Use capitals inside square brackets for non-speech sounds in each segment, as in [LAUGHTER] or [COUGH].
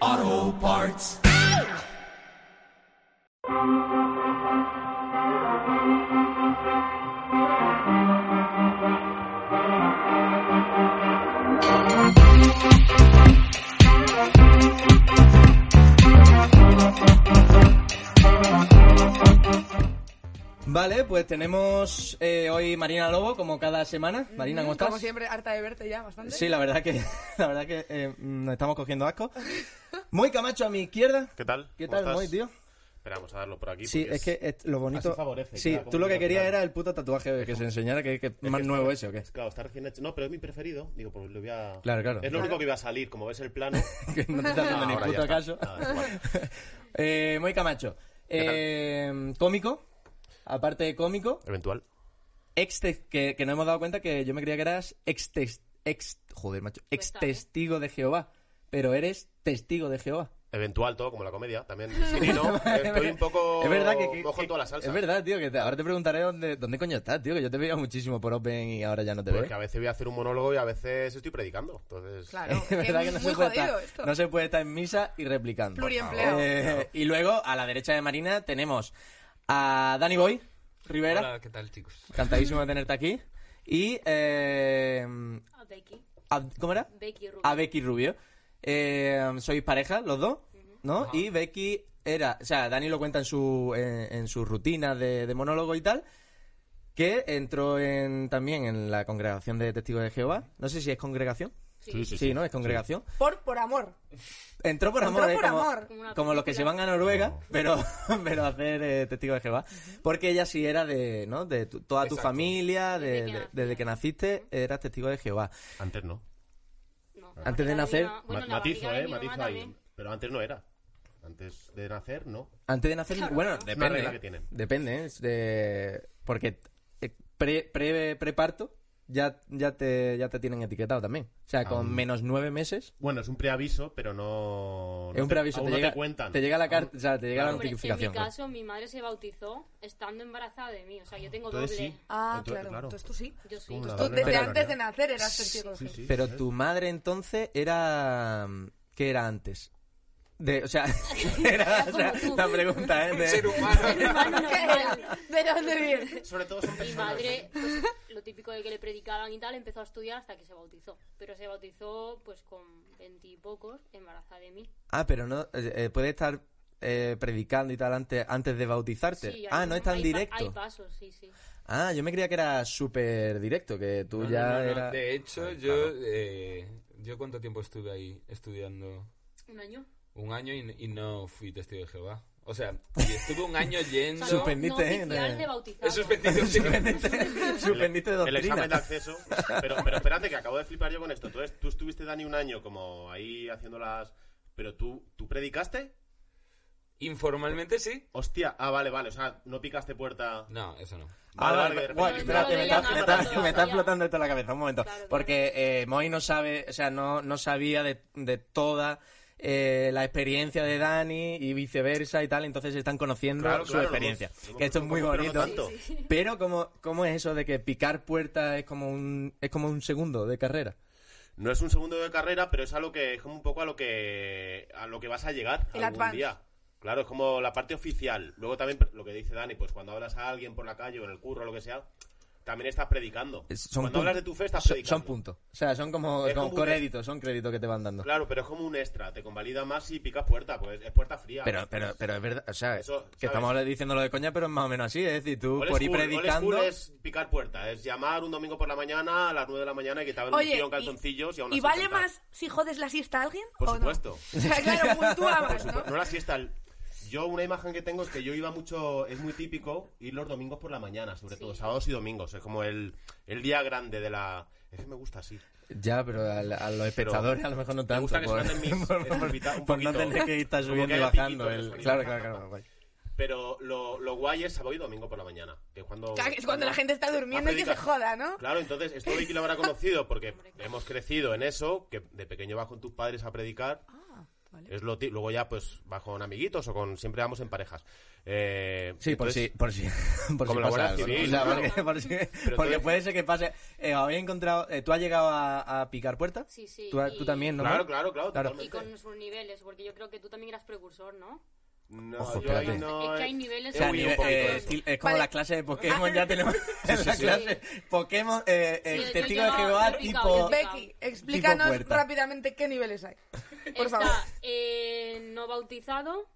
Auto Parts. Vale, pues tenemos eh, hoy Marina Lobo, como cada semana. Marina, ¿cómo estás? Como siempre, harta de verte ya bastante. Sí, la verdad que, [LAUGHS] la verdad que eh, nos estamos cogiendo [LAUGHS] asco. Muy Camacho a mi izquierda. ¿Qué tal? ¿Qué ¿Cómo tal, estás? Moy, tío? Espera, vamos a darlo por aquí. Sí, porque es que es lo bonito. así favorece, sí, claro, tú lo que como querías natural. era el puto tatuaje que se enseñara, que, que [LAUGHS] más está- nuevo ese o qué. [LAUGHS] Claro, está recién hecho. No, pero es mi preferido. Digo, pues lo voy a. Claro, claro. Es lo único que iba a salir. Como ves el [LAUGHS] plano. Que no te está [LAUGHS] haciendo ni Ahora ya puto está. caso. Ah, [LAUGHS] es igual. Eh, Muy Camacho. Eh, cómico. Aparte de cómico. Eventual. ex te- que, que no hemos dado cuenta que yo me creía que eras ex, tes- ex joder macho Pues ex testigo de Jehová pero eres testigo de Jehová Eventual todo, como la comedia. [LAUGHS] También. Sí, no, estoy un poco. es verdad que, que- mojo en que- toda la salsa. es verdad tío que te- ahora te preguntaré dónde dónde coño estás tío que yo te veía muchísimo por Open y ahora ya no te veo [LAUGHS] Porque Pues a veces voy a hacer un monólogo y a veces estoy predicando. Entonces. Claro, Es verdad que que no muy se, puede jodido estar, esto. no se puede estar en misa y replicando. Pluriempleado. Eh, y luego, a la derecha de Marina, tenemos a Danny Boy Rivera. Hola, ¿qué tal, chicos? Encantadísimo de tenerte aquí. Y. eh, A Ah, Becky. a- ¿Cómo era? Becky Rubio. a Becky Rubio. Eh, sois pareja, los dos, ¿no? Y Becky era, o sea, Dani lo cuenta en su, en, en su rutina de, de monólogo y tal, que entró en, también en la congregación de testigos de Jehová. No sé si es congregación. Sí, sí, ¿no? Es congregación. Por, por amor. Entró por Entró amor, ¿eh? por como, amor. Como una como los que se van a Noruega, pero, pero [LAUGHS] a hacer eh, testigos de Jehová. Porque ella sí era de, ¿no? De tu- toda tu Exacto. familia, de- Desde que de- nací. desde que naciste, eras testigo de Jehová. Antes no. No, Antes de la nacer. barriga- bueno, Ma- la matizo, barriga de eh. mi mamá Matizo ahí. también. Pero antes no era. Antes de nacer, no. Antes de nacer, bueno, depende. una regla que tienen. Depende, ¿eh? Es de- porque eh, pre, pre- preparto ya, ya, te, ya te tienen etiquetado también. O sea, con menos nueve meses Bueno, es un preaviso, pero no. no es un te- preaviso. aún Te no llega, te cuentan. te llega la carta, Aún- o sea, te llega la Hombre, Pues en mi notificación. ¿no? caso, mi madre se bautizó estando embarazada de mí. O sea, yo tengo Entonces doble. sí. Ah, Entonces, claro. Entonces tú sí. Yo sí. Como Entonces una tú doble desde regla, antes de claro. nacer eras testigo. de Sí, Jehová. sí, Pero sí. tu madre entonces era. ¿Qué era antes? De, o sea, [LAUGHS] era o sea, la pregunta, ¿eh? De- Hermano normal. [LAUGHS] ¿De dónde viene? Sobre todo [LAUGHS] son Mi madre, [LAUGHS] pues, lo típico de que le predicaban y tal, empezó a estudiar hasta que se bautizó. Pero se bautizó, pues, con veintipocos, embarazada de mí. Ah, pero no. eh, eh, puede estar eh, predicando y tal antes, antes de bautizarte. Sí, hay ah, no como- es tan hay pa- directo. Hay pasos, sí, sí. Ah, yo me creía que era súper directo, que tú No, ya no, no, no, era... De hecho, yo, eh, yo cuánto tiempo estuve ahí estudiando. Un año. Un año y, y no fui testigo de Jehová. O sea, y estuve [LAUGHS] un año yendo. O sea, no- Suspendí. Suspendiste, no ¿eh? oficial De- de bautizado. Es suspendido, sí. Suspendiste, [LAUGHS] suspendiste El doctrina. examen [LAUGHS] de acceso. Pero, pero espérate, que acabo de flipar yo con esto. Tú, tú estuviste, Dani, un año como ahí haciendo las... Pero tú, ¿tú predicaste? Informalmente sí. Hostia, ah, vale, vale. O sea, no picaste puerta... No, eso no. Ah, Vale, vale, vale, guay, espérate, perfecto. No me lo está, leía me nada, está- no lo me está sabía. explotando esto en la cabeza, un momento. Claro, claro. Porque eh, Moy no sabe, o sea, no, no sabía de, de toda eh, la experiencia de Dani y viceversa y tal, entonces están conociendo Claro, su claro, experiencia. lo hemos- lo hemos que esto es muy conocido, pero no bonito. tanto. Sí, Pero ¿cómo, ¿cómo es eso de que picar puerta es como un, es como un segundo de carrera? No es un segundo de carrera, pero es a lo que... Es como un poco a lo que... A lo que vas a llegar El algún advance. día. Claro, es como la parte oficial. Luego también lo que dice Dani, pues cuando hablas a alguien por la calle o en el curro o lo que sea, también estás predicando. Es- Son pun- cuando hablas de tu fe, estás son, predicando. son puntos. O sea, son como, Es como como un- créditos, son créditos que te van dando. Claro, pero es como un extra. Te convalida más si picas puerta, pues es puerta fría. Pero, pero, pero es verdad, o sea, Eso, que ¿sabes? estamos ahora diciéndolo de coña, pero es más o menos así, es decir, tú Old por ir school, old predicando... school es picar puerta, es llamar un domingo por la mañana a las 9 de la mañana y que te abren un Oye, tiro en y, calzoncillos y, aún ¿y así vale cantar. más si jodes la siesta a alguien [LAUGHS] Por o no? supuesto. O sea, claro, puntúa más, ¿no? No la siesta. el- Yo una imagen que tengo es que yo iba mucho, es muy típico ir los domingos por la mañana, sobre todo sábados y domingos, es como el, el día grande de la... Es que me gusta así. Ya, pero a, la- a los espectadores a lo mejor no tanto. Me gusta que se por- manden [LAUGHS] mis- por- mis por- invitados un por no poquito. tener que estar Como subiendo que y haya bajando. piquitos, el- sonido. Claro, claro, claro. guay. Pero lo, lo guay es sábado y domingo por la mañana, que es cuando... Claro, que es cuando la gente está durmiendo y que se predicar. joda, ¿no? Claro, entonces esto Vicky lo habrá conocido porque hemos crecido en eso, que de pequeño vas con tus padres a predicar. Ah, Es lo ti- luego ya pues vas con amiguitos o con siempre vamos en parejas. Eh, Sí, por entonces- si, por si, [LAUGHS] por si Como la pasa Guardia algo, ¿no? Civil, O sea, claro. porque, [LAUGHS] por si- porque entonces- puede ser que pase. Eh, ¿Habéis encontrado? eh, ¿Tú has llegado a, a picar puertas? Sí, sí, Tú, y- tú también, ¿no? Claro, claro, claro. Claro. [LAUGHS] Y totalmente. con sus niveles, porque yo creo que tú también eras precursor, ¿no? No, Ojo, yo ahí espérate. no Es que he- hay niveles- he O sea, Uy, huido nivel- un poquito eh, de eso. estil- es como Vale. la clase de Pokémon, ya [LAUGHS] tenemos [LAUGHS] la sí. clase Pokémon, eh, yo- el yo testigo de llevaba- Jehová yo tipo... picaba, yo Becky, explícanos puerta. rápidamente qué niveles hay. Por Está favor. eh, no bautizado,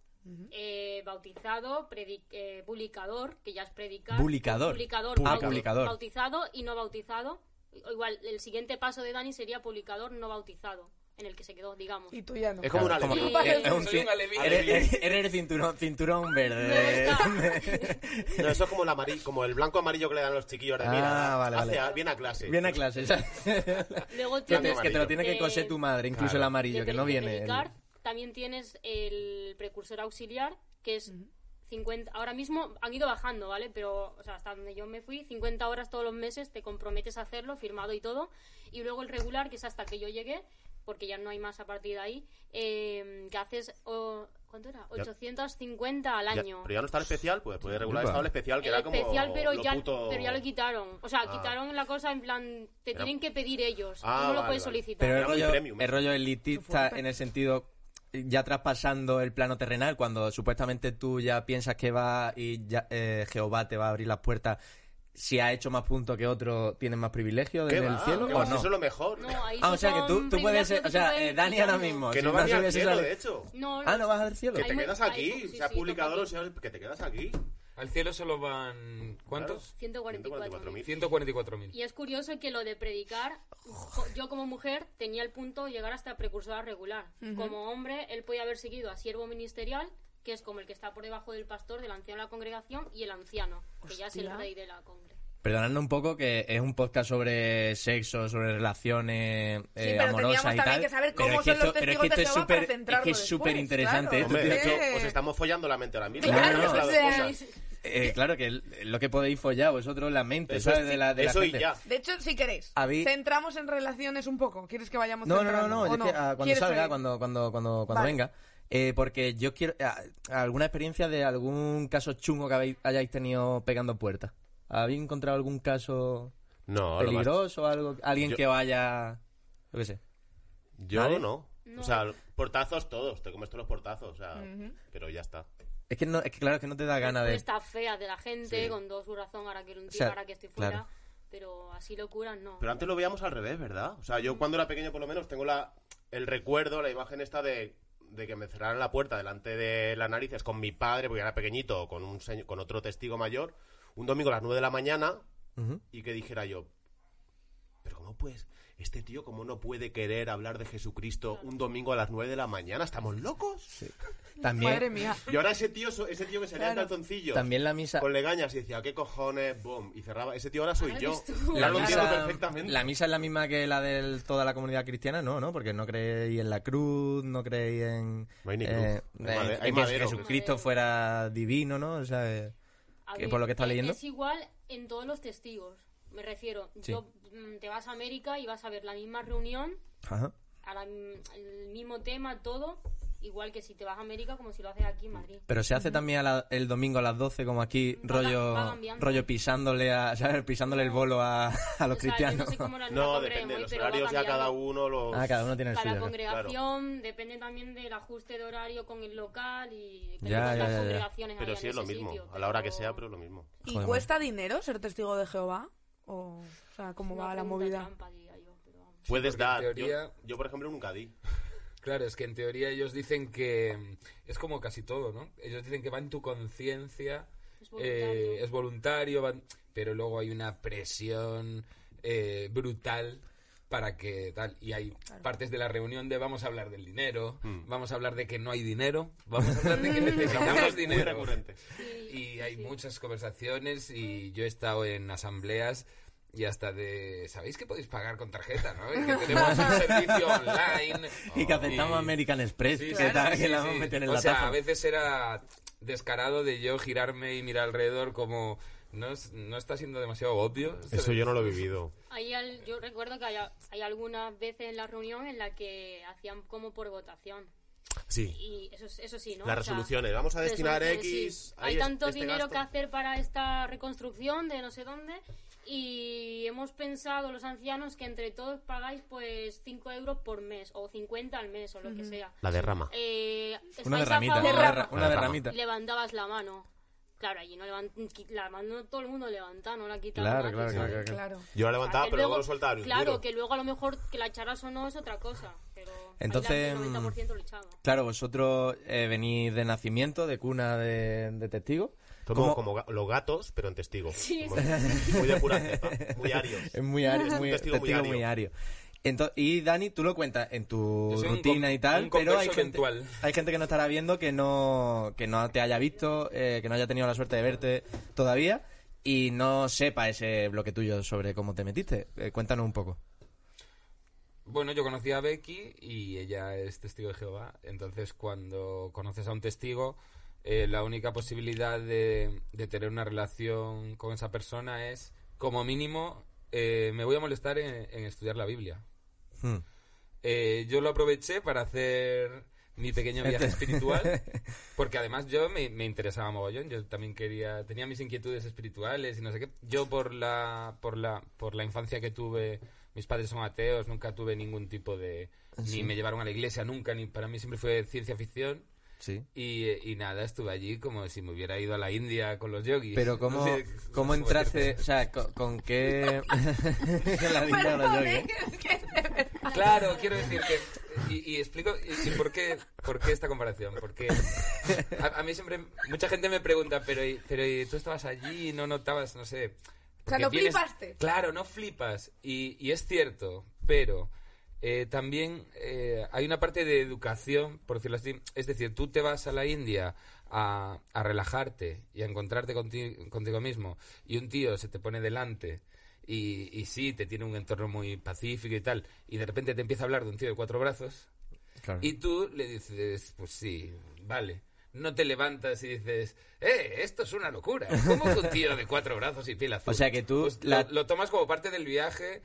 eh, bautizado, predi- eh, publicador, que ya es predicar. Bulicador. Publicador, Ah, baut- publicador. Bautizado y no bautizado. O Igual, el siguiente paso de Dani sería publicador no bautizado, en el que se quedó, digamos. Y tú ya no. Es como [LAUGHS] una como- alegría. eh, es un pues, Soy un cin- alevín. Eres, eres cinturón, cinturón verde. No [LAUGHS] No, eso es como, el amari- como el blanco amarillo que le dan los chiquillos de Ah, mira, vale, hace vale. a- viene a clase. Viene a clase. o sea, Luego que, eh, te, tienes, Blanco que te lo amarillo. tiene que coser tu madre, incluso Claro. el de amarillo, que pre- no de viene. el- predicar, también tienes el precursor auxiliar, que es 50... Ahora mismo han ido bajando, ¿vale? Pero, o sea, hasta donde yo me fui, 50 horas todos los meses, te comprometes a hacerlo, firmado y todo. Y luego el regular, que es hasta que yo llegué, porque ya no hay más a partir de ahí, eh, que haces... o- ¿Cuánto era? 850 al Ya- año. pero ya no está el especial, pues puede regular Upa. estaba el especial, que El era como especial, pero lo ya, puto- pero ya lo quitaron. O sea, Ah. quitaron la cosa en plan, te Era- tienen que pedir ellos. Ah, tú no vale, lo puedes vale. solicitar. Pero el Era muy rollo, premium, el eso. rollo elitista en el sentido ya traspasando el plano terrenal, cuando supuestamente tú ya piensas que va y ya, eh, Jehová te va a abrir las puertas. Si ha hecho más puntos que otro, ¿tienes más privilegio ¿Qué en el va? cielo ¿Qué o va? no? Eso es lo mejor. No, ahí Ah, sí o sea, que son tú, tú puedes privilegios ser, que o sea, tú eh, puedes Dani ahora quitarlo. mismo. que si no vas ni al hubiese cielo, salido- de hecho. No, Ah, no vas al cielo. Que Hay te mu- quedas hay- aquí, sí, sí, sea sí, publicador o total. sea que te quedas aquí. Al cielo solo van... ¿Cuántos? 144.000. 144.000. 144.000. Y es curioso que lo de predicar, co- yo como mujer tenía el punto de llegar hasta precursora regular. Como hombre, él podía haber seguido a siervo ministerial, que es como el que está por debajo del pastor, del anciano de la congregación, y el anciano, que ya es el Hostia. rey de la congre. Perdonadme un poco que es un podcast sobre sexo, sobre relaciones eh, pero teníamos amorosas y también tal. que saber pero cómo es que son los esto- pero es testigos que esto de es Jehová súper- para es que centrarnos es súper después, interesante. claro. esto, Hombre, tío. de hecho, Eh. os estamos follando la mente ahora mismo. Claro, Esa es la o de sea, cosas. Eh, claro que lo que podéis follar vosotros la mente, Eso, ¿sabes? es- de la, de la eso y gente. ya. De hecho, si queréis, Habí- centramos en relaciones un poco. ¿Quieres que vayamos No, no, no, centrando no, o es que, ah, cuando ¿Quieres salga, oír? cuando, cuando, cuando, cuando Vale. venga. Eh, porque yo quiero ah, alguna experiencia de algún caso chungo que habéis- hayáis tenido pegando puertas. ¿Habéis encontrado algún caso No, lo más- peligroso? algo, alguien Yo- que vaya... Yo qué sé. Yo ¿Nadie? no. O sea, portazos todos, te comes todos los portazos, o sea, pero ya está. Es que, no, es que claro, es que no te da ganas de... Está fea de la gente, Sí. con todo su razón, ahora quiero un tío, sea, ahora que estoy fuera. claro. Pero así locuras no. Pero antes lo veíamos al revés, ¿verdad? O sea, yo cuando era pequeño por lo menos tengo la el recuerdo, la imagen esta de, de que me cerraran la puerta delante de las narices con mi padre, porque era pequeñito, o con un seño- con otro testigo mayor, un domingo a las 9 de la mañana Ujú. y que dijera yo, pero cómo pues este tío cómo no puede querer hablar de Jesucristo un domingo a las 9 de la mañana, estamos locos. También, Madre mía. Y ahora ese tío, so- ese tío que salía en Claro. calzoncillos. también la misa... Con legañas y decía, ¿qué cojones? Boom. Y cerraba. Ese tío ahora soy Ahora yo. eres tú. Ahora La lo entiendo misa, perfectamente. la misa es la misma que la de toda la comunidad cristiana, no, ¿no? Porque no creéis en la cruz, no creéis en, No hay ni eh, cruz. en- Hay made- en que hay madero. Jesucristo fuera divino, ¿no? O sea, eh, A que por lo que está eh, leyendo. Es igual en todos los testigos. Me refiero, Sí. yo mm, te vas a América y vas a ver la misma reunión ajá. a la- el mismo tema, todo, igual que si te vas a América, como si lo haces aquí en Madrid. Pero se hace también a la- el domingo a las 12, como aquí, Va- rollo, va cambiando. rollo pisándole a, ¿sabes? pisándole el bolo a, a los O sea, yo cristianos. no sé cómo era el No, congre depende. muy, Los pero va horarios ya cambiando. cada uno los. Ah, cada uno tiene el Cada suyo. ¿no? congregación depende también del ajuste de horario con el local y que Ya, ya, ya, cuántas ya. congregaciones Pero hay sí en es lo ese mismo. sitio, a la hora que sea, pero es lo mismo. ¿Y Joder, cuesta dinero ser testigo de Jehová? O, o sea, ¿cómo Una va la pregunta movida? trampa, diría yo, pero vamos. Puedes porque en dar. Yo- teoría- Yo, por ejemplo, nunca di. Claro, es que en teoría ellos dicen que mm, es como casi todo, ¿no? Ellos dicen que va en tu conciencia, Es voluntario. eh, es voluntario, van- pero luego hay una presión eh, brutal para que tal. Y hay partes de la reunión de vamos a hablar del dinero, vamos a hablar de que no hay dinero, vamos a hablar de [LAUGHS] que necesitamos Muy dinero. recurrente. Y hay muchas conversaciones y yo he estado en asambleas y hasta de... ¿Sabéis que podéis pagar con tarjeta, no? Y que tenemos un servicio online. Y que aceptamos Y- American Express, Oh, Sí, que, sí, tal, sí, que sí, la sí. vamos a meter en o la sea, taza. a veces era descarado de yo girarme y mirar alrededor como... No, es- no está siendo demasiado obvio. Eso yo no lo he vivido. Hay al- yo recuerdo que hay, hay algunas veces en la reunión en la que hacían como por votación. Sí. Y eso, es- eso sí, ¿no? Las O sea, resoluciones. Vamos a destinar resoluciones, X. sí. ahí Hay es- tanto este dinero gasto. que hacer para esta reconstrucción de no sé dónde. Y hemos pensado los ancianos que entre todos pagáis pues 5 euros por mes o 50 al mes o lo que sea. La derrama. Eh, Una ¿estáis a derramita, una, favor? derra- una Derrama. derramita. levantabas la mano. Claro, allí no levan- qui- la mano todo el mundo levanta, no la quita. Claro, nadie, claro, ¿sabes? claro. Claro. Yo la levantaba, Ah, Que pero luego lo soltaba. ni un Claro, duro. que luego a lo mejor que la echaras o no es otra cosa. Pero Entonces, ahí la- el 90% lo echaba. Eh, Claro, vosotros eh, venís de nacimiento, de cuna de, de testigo. ¿Cómo- Somos como ga- los gatos, pero en testigo. Sí, Como- Muy de pura cepa, muy arios. Es muy ario, Es es un [LAUGHS] muy, testigo muy ario. Entonces, y Dani, tú lo cuentas en tu Yo soy un rutina con- y tal, un pero hay converso gente, eventual. hay gente que no estará viendo, que no, que no te haya visto, eh, que no haya tenido la suerte de verte todavía y no sepa ese bloque tuyo sobre cómo te metiste. Eh, cuéntanos un poco. Bueno, yo conocí a Becky y ella es testigo de Jehová. Entonces, cuando conoces a un testigo, eh, la única posibilidad de, de tener una relación con esa persona es, como mínimo, eh, me voy a molestar en- en estudiar la Biblia. Hmm. Eh, yo lo aproveché para hacer mi pequeño [LAUGHS] viaje espiritual, porque además yo me, me interesaba mogollón, yo también quería, tenía mis inquietudes espirituales y no sé qué. Yo por la, por la, por la infancia que tuve, mis padres son ateos, nunca tuve ningún tipo de, Ah, ni me llevaron a la iglesia nunca, ni para mí siempre fue ciencia ficción. Sí. Y, eh, y nada, estuve allí como si me hubiera ido a la India con los yogis. Pero cómo, No sé [LAUGHS] cómo entraste, decirte. o sea, con, con qué... [LAUGHS] La vida de los ¿eh? yogis. ¿eh? [LAUGHS] Claro, quiero decir que. Y, y explico. Y, y por, qué, por qué esta comparación? Porque a, a mí siempre. Mucha gente me pregunta, pero, y- pero y tú estabas allí y no notabas, no sé. O sea, porque no flipaste. Claro, no flipas. Y, y es cierto, pero. eh, también eh, hay una parte de educación, por decirlo así. Es decir, tú te vas a la India a, a relajarte y a encontrarte conti- contigo mismo y un tío se te pone delante y, y sí, te tiene un entorno muy pacífico y tal, y de repente te empieza a hablar de un tío de cuatro brazos, Claro. y tú le dices, pues sí, vale. No te levantas y dices, ¡eh! Esto es una locura. ¿Cómo que un tío de cuatro brazos y piel [LAUGHS] O azul? sea que tú Pues la- lo, lo tomas como parte del viaje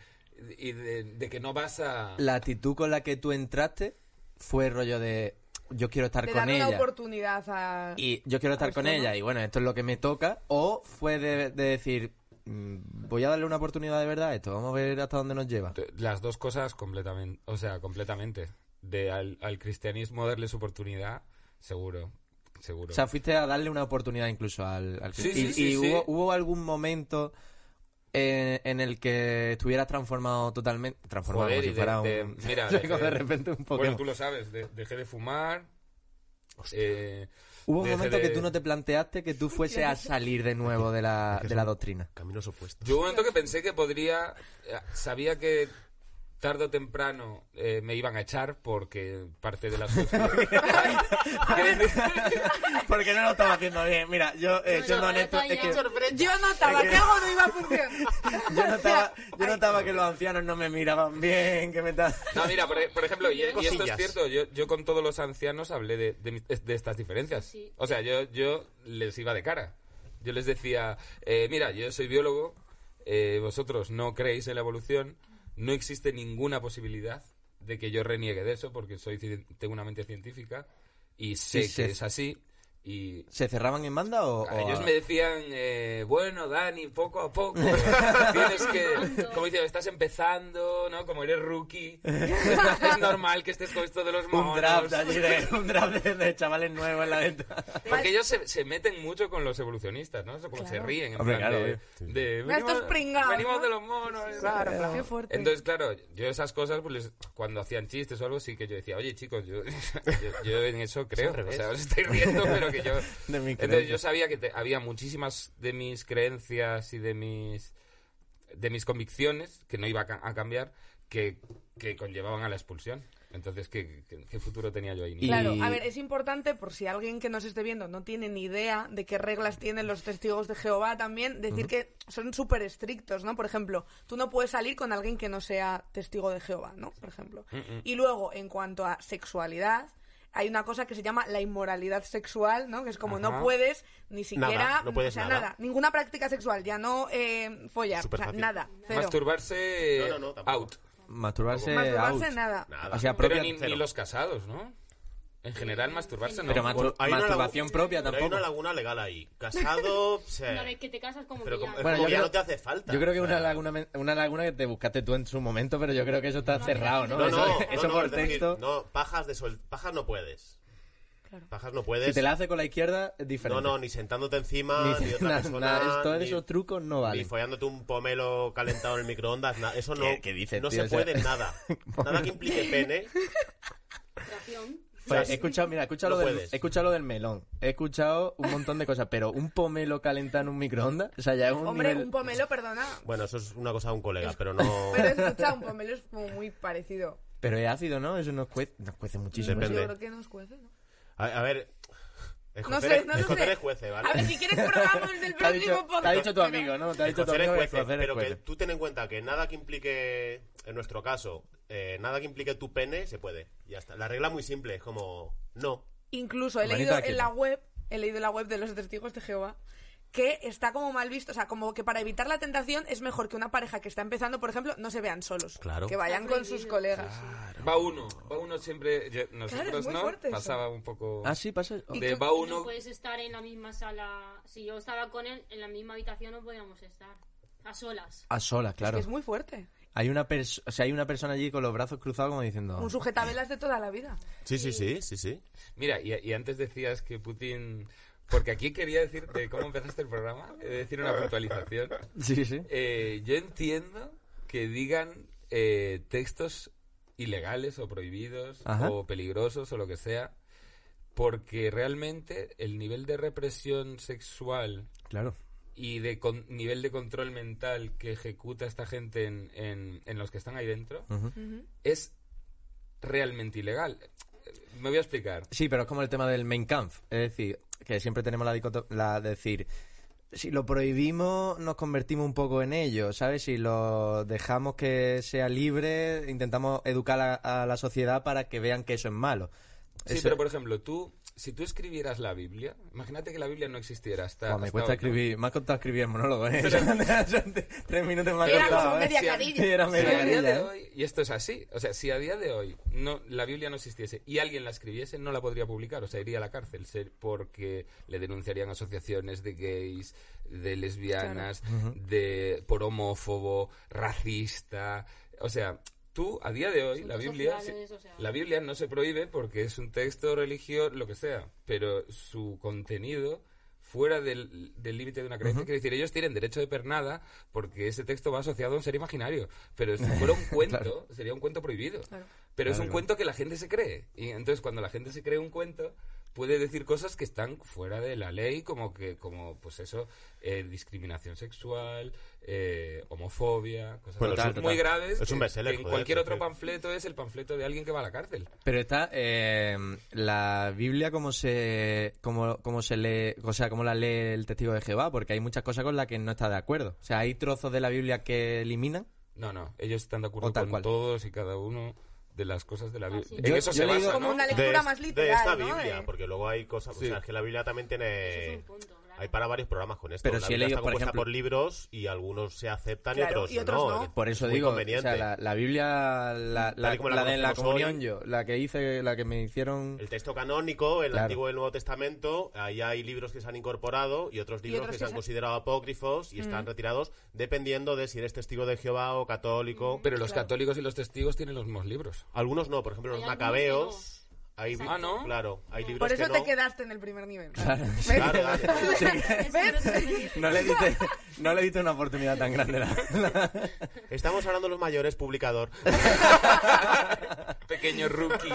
y de, de que no vas a. la actitud con la que tú entraste fue rollo de yo quiero estar De con darle ella una oportunidad a... y yo quiero estar con ella y bueno esto es lo que me toca o fue de, de decir mm, voy a darle una oportunidad de verdad a esto vamos a ver hasta dónde nos lleva Te- Las dos cosas completamente, o sea, completamente. De al, al cristianismo darle su oportunidad, seguro, seguro. o sea fuiste a darle una oportunidad incluso al, al Sí, y, sí, y sí, sí. hubo, hubo algún momento en, en el que estuvieras transformado totalmente transformado Joder, como y si de- fuera [LAUGHS] de- un mira, como dejé- de repente un Pokémon Bueno, tú lo sabes, de- dejé de fumar. eh, hubo un dejé momento de- que tú no te planteaste que tú [LAUGHS] fuese a salir de nuevo de la, de la doctrina Caminos opuestos. Yo hubo un momento que pensé que podría... eh, Sabía que tarde o temprano eh, me iban a echar porque parte de la... Porque no lo estaba haciendo bien. Mira, yo, eh, No, siendo no, honesto, no, no, es que Eh, no, Yo notaba que algo no iba a funcionar. yo notaba, yo notaba que los ancianos no me miraban bien, que me tal. No, mira, por, e- por ejemplo, y, y esto es Cosillas. cierto, yo, yo con todos los ancianos hablé de, de mis- de estas diferencias. Sí. O sea, yo, yo les iba de cara. Yo les decía, eh, mira, yo soy biólogo, eh, vosotros no creéis en la evolución, no existe ninguna posibilidad de que yo reniegue de eso porque soy cien- tengo una mente científica y sé Y que sé- es así y... ¿Se cerraban en banda o...? a o Ellos a- me decían, eh, bueno, Dani, poco a poco, [LAUGHS] tienes que, como dice, estás empezando, ¿no? Como eres rookie, [LAUGHS] es normal que estés con esto de los monos. Un draft allí de, un draft de, de chavales nuevos en la venta. Porque ellos se, se meten mucho con los evolucionistas, ¿no? Eso Como se ríen. En Hombre, plan claro, de, obvio. de, Estos pringados, venimos ¿no? de los monos. Claro, Qué fuerte. Entonces, claro, yo esas cosas, pues les- cuando hacían chistes o algo, sí que yo decía, oye, chicos, yo, [LAUGHS] yo, yo en eso creo. O sea, os estáis [LAUGHS] riendo, pero que yo... De mi Entonces, creencia. yo sabía que te- había muchísimas de mis creencias y de mis de mis convicciones, que no iba a, ca- a cambiar, que, que conllevaban a la expulsión. Entonces, ¿qué, qué- qué futuro tenía yo ahí? Y- Ninguno. Claro, a ver, es importante por si alguien que nos esté viendo no tiene ni idea de qué reglas tienen los testigos de Jehová también, decir que son súper estrictos, ¿no? Por ejemplo, tú no puedes salir con alguien que no sea testigo de Jehová, ¿no? Por ejemplo. Y luego, en cuanto a sexualidad, hay una cosa que se llama la inmoralidad sexual, ¿no? Que es como Ajá. no puedes ni siquiera... no puedes o sea, nada. Ninguna práctica sexual, ya no eh, follar, o sea, Superfácil. nada, cero. Masturbarse No, no, no, tampoco. out. Masturbarse, Masturbarse, out. nada. Nada. O sea, Pero propia- ni, ni cero. los casados, ¿no? En general, masturbarse no. Pero mastur- Bueno, hay una masturbación lagu- propia pero tampoco. Hay una laguna legal ahí. Casado, o sea, Una vez que te casas, como pero que como, ya. Bueno, como yo ya creo- no te hace falta. Yo creo que o sea, una laguna, men- una laguna que te buscaste tú en su momento, pero yo creo que eso está cerrado, ¿no? No, eso no, no, eso no, por es decir, texto. no, pajas de sol, pajas no puedes. Claro. Pajas no puedes. si te la hace con la izquierda, es no, diferente. no, ni sentándote encima, ni, Ni- [LAUGHS] otra na- persona, na- es- todos ni- esos trucos no Ni valen. follándote un pomelo calentado en el microondas, na- eso no, ¿Qué- qué dices, no tío? se O sea- puede [LAUGHS] en nada. nada que implique pene. Atracción. Pues, he escuchado, mira, he escuchado, No lo del, puedes. he escuchado lo del melón. He escuchado un montón de cosas, pero un pomelo calentado en un microondas, o sea, ya es un Hombre, nivel- un pomelo, perdona. Bueno, eso es una cosa de un colega, pero no. [LAUGHS] Pero escucha, un pomelo es como muy parecido. Pero es ácido, ¿no? Eso nos, cue- nos cuece muchísimo. [LAUGHS] Depende. Yo creo que nos cuece, ¿no? ¿eh? A, a ver. es No cocer- sé, no es lo cocer sé. es juece, ¿vale? A ver, si quieres programamos [LAUGHS] del Te ha, próximo dicho, podcast. te ha dicho tu pero- amigo, ¿no? Te ha El dicho tu cocer es amigo que juece, cocer es pero que juece. tú ten en cuenta que nada que implique, en nuestro caso, eh, nada que implique tu pene se puede. Ya está. La regla es muy simple, es como no. Incluso he Manita leído quieta. en la web, he leído en la web de los testigos de Jehová que está como mal visto, o sea, como que para evitar la tentación es mejor que una pareja que está empezando, por ejemplo, no se vean solos, Claro. que vayan Está con sus prohibido, colegas. Va uno, va uno siempre. yo- es nosotros muy no, fuerte eso. pasaba un poco. Ah, sí, pasa. Y De tú- va Y No uno. puedes estar en la misma sala. Si yo estaba con él, en la misma habitación no podíamos estar. A solas. A sola, claro. Es muy fuerte. Hay una perso- o sea, hay una persona allí con los brazos cruzados como diciendo... Un sujetabelas de toda la vida. Sí, sí, sí, sí, sí. Mira, y, y antes decías que Putin. Porque aquí quería decirte cómo empezaste el programa, he de decir una puntualización. [LAUGHS] Sí, sí. Eh, yo entiendo que digan eh, textos ilegales o prohibidos Ajá. o peligrosos o lo que sea, porque realmente el nivel de represión sexual Claro. y de con- nivel de control mental que ejecuta esta gente en, en- en los que están ahí dentro es realmente ilegal. Eh, Me voy a explicar. Sí, pero es como el tema del main camp. Es decir, que siempre tenemos la dicotomía de decir, si lo prohibimos, nos convertimos un poco en ello, ¿sabes? Si lo dejamos que sea libre, intentamos educar a, a la sociedad para que vean que eso es malo. Sí, Eso- pero por ejemplo, tú, si tú escribieras la Biblia, imagínate que la Biblia no existiera hasta. Buah, me hasta cuesta hoy, ¿no? escribir, me ha costado escribir el monólogo, ¿eh? [LAUGHS] Tres minutos más Era claro, como ¿eh? media Sí, carilla. Sí, era Si a día media ¿eh? de hoy- y esto es así, o sea, si a día de hoy no, la Biblia no existiese y alguien la escribiese, no la podría publicar, o sea, iría a la cárcel, ser porque le denunciarían asociaciones de gays, de lesbianas, de por homófobo, racista, o sea, tú a día de hoy la Asuntos Biblia, sociales, sí, o sea. la Biblia no se prohíbe porque es un texto religioso, lo que sea, pero su contenido fuera del del límite de una creencia. Quiere decir, ellos tienen derecho de pernada porque ese texto va asociado a un ser imaginario. Pero si [LAUGHS] fuera un cuento, sería un cuento prohibido. Pero es un cuento que la gente se cree. Y entonces cuando la gente se cree un cuento puede decir cosas que están fuera de la ley, como que, como pues eso, eh, discriminación sexual, eh, homofobia, cosas Bueno, así total, total. muy graves. Es que- un bestseller, que en joder, cualquier otro porque- panfleto es el panfleto de alguien que va a la cárcel. Pero está eh, la Biblia como se como, como se lee, o sea, como la lee el testigo de Jehová, porque hay muchas cosas con las que no está de acuerdo. O sea, hay trozos de la Biblia que eliminan. No, no, ellos están de O acuerdo tal con cual. todos y cada uno de las cosas de la Biblia. sí. En Yo- eso yo se he leído- basa, Como ¿no? una De, lectura es- más de literal, esta ¿no? Biblia, De- porque luego hay cosas, Sí. o sea, es que la Biblia también Eso es tiene un punto, Eh, claro. hay para varios programas con esto. Pero la si he Biblia leído, está por compuesta ejemplo- por libros y algunos se aceptan Claro, y otros, y otros no. Por eso Muy digo, o conveniente. sea, la, la Biblia, la, la, y como la la de la conocemos comunión hoy. yo, la que hice, la que me hicieron... El texto canónico, el Claro. Antiguo y el Nuevo Testamento, ahí hay libros que se han incorporado y otros libros otros que que se han se- considerado apócrifos y están retirados dependiendo de si eres testigo de Jehová o católico. Pero los católicos y los testigos tienen los [LAUGHS] mismos libros. Algunos no, por ejemplo, los Hay algunos macabeos. Hay, Ah, ¿no? Claro, hay libros Por eso que te no. quedaste en el primer nivel. [LAUGHS] ¿Ves? Claro, dale. Es que no [LAUGHS] se puede. [LAUGHS] No le diste, no le diste una oportunidad tan grande. la- la- Estamos hablando los mayores, publicador. Pequeño rookie.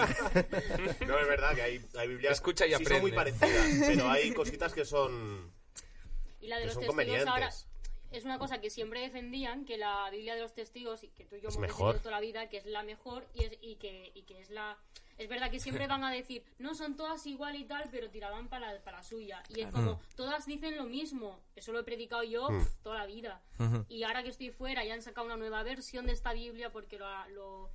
No, es verdad que hay, hay Biblias Escucha y sí son muy aprende. parecidas, pero hay cositas que son... Y la de Que los son testigos ahora. convenientes. es una cosa que siempre defendían, que la Biblia de los testigos, y que tú y yo Es hemos mejor. defendido toda la vida, que es la mejor y, es, y, que, y que es la... Es verdad [LAUGHS] que siempre van a decir, no son todas igual y tal, pero tiraban para la, para la suya. Y es como, Mm. todas dicen lo mismo. Eso lo he predicado yo pf, toda la vida. Y ahora que estoy fuera, ya han sacado una nueva versión de esta Biblia porque lo, ha- lo,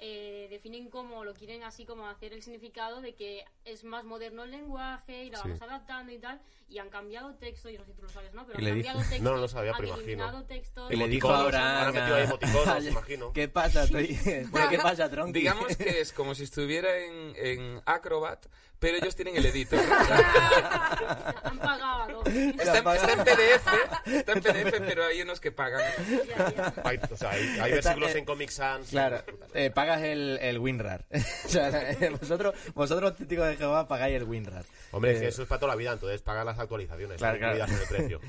eh, definen como, lo quieren así como hacer el significado de que es más moderno el lenguaje y la vamos adaptando y tal. Y han cambiado texto, yo no sé si tú lo sabes, ¿no? Pero Y han le cambiado dijo- [LAUGHS] texto. No, no lo sabía, han pero imagino. eliminado textos. Y le dijo han Abraham, ahora metido ahí [LAUGHS] emoticonos, Ay, imagino. ¿Qué pasa, Toy? Bueno, [LAUGHS] ¿qué pasa, Tronqui? [LAUGHS] [LAUGHS] Digamos que es como si estuviera en, en Acrobat, pero ellos tienen el editor. [LAUGHS] Han pagado a dos. Está, en- está en PDF, está en PDF, pero hay unos que pagan. Ya, ya. Hay, o sea, hay, hay Está, versículos eh, en Comic Sans. Claro, eh, pagas el, el WinRAR. [LAUGHS] o sea, eh, vosotros, vosotros testigos de Jehová, pagáis el WinRAR. Hombre, Eh, si eso es para toda la vida, entonces paga las actualizaciones. Claro, Claro, claro. el precio.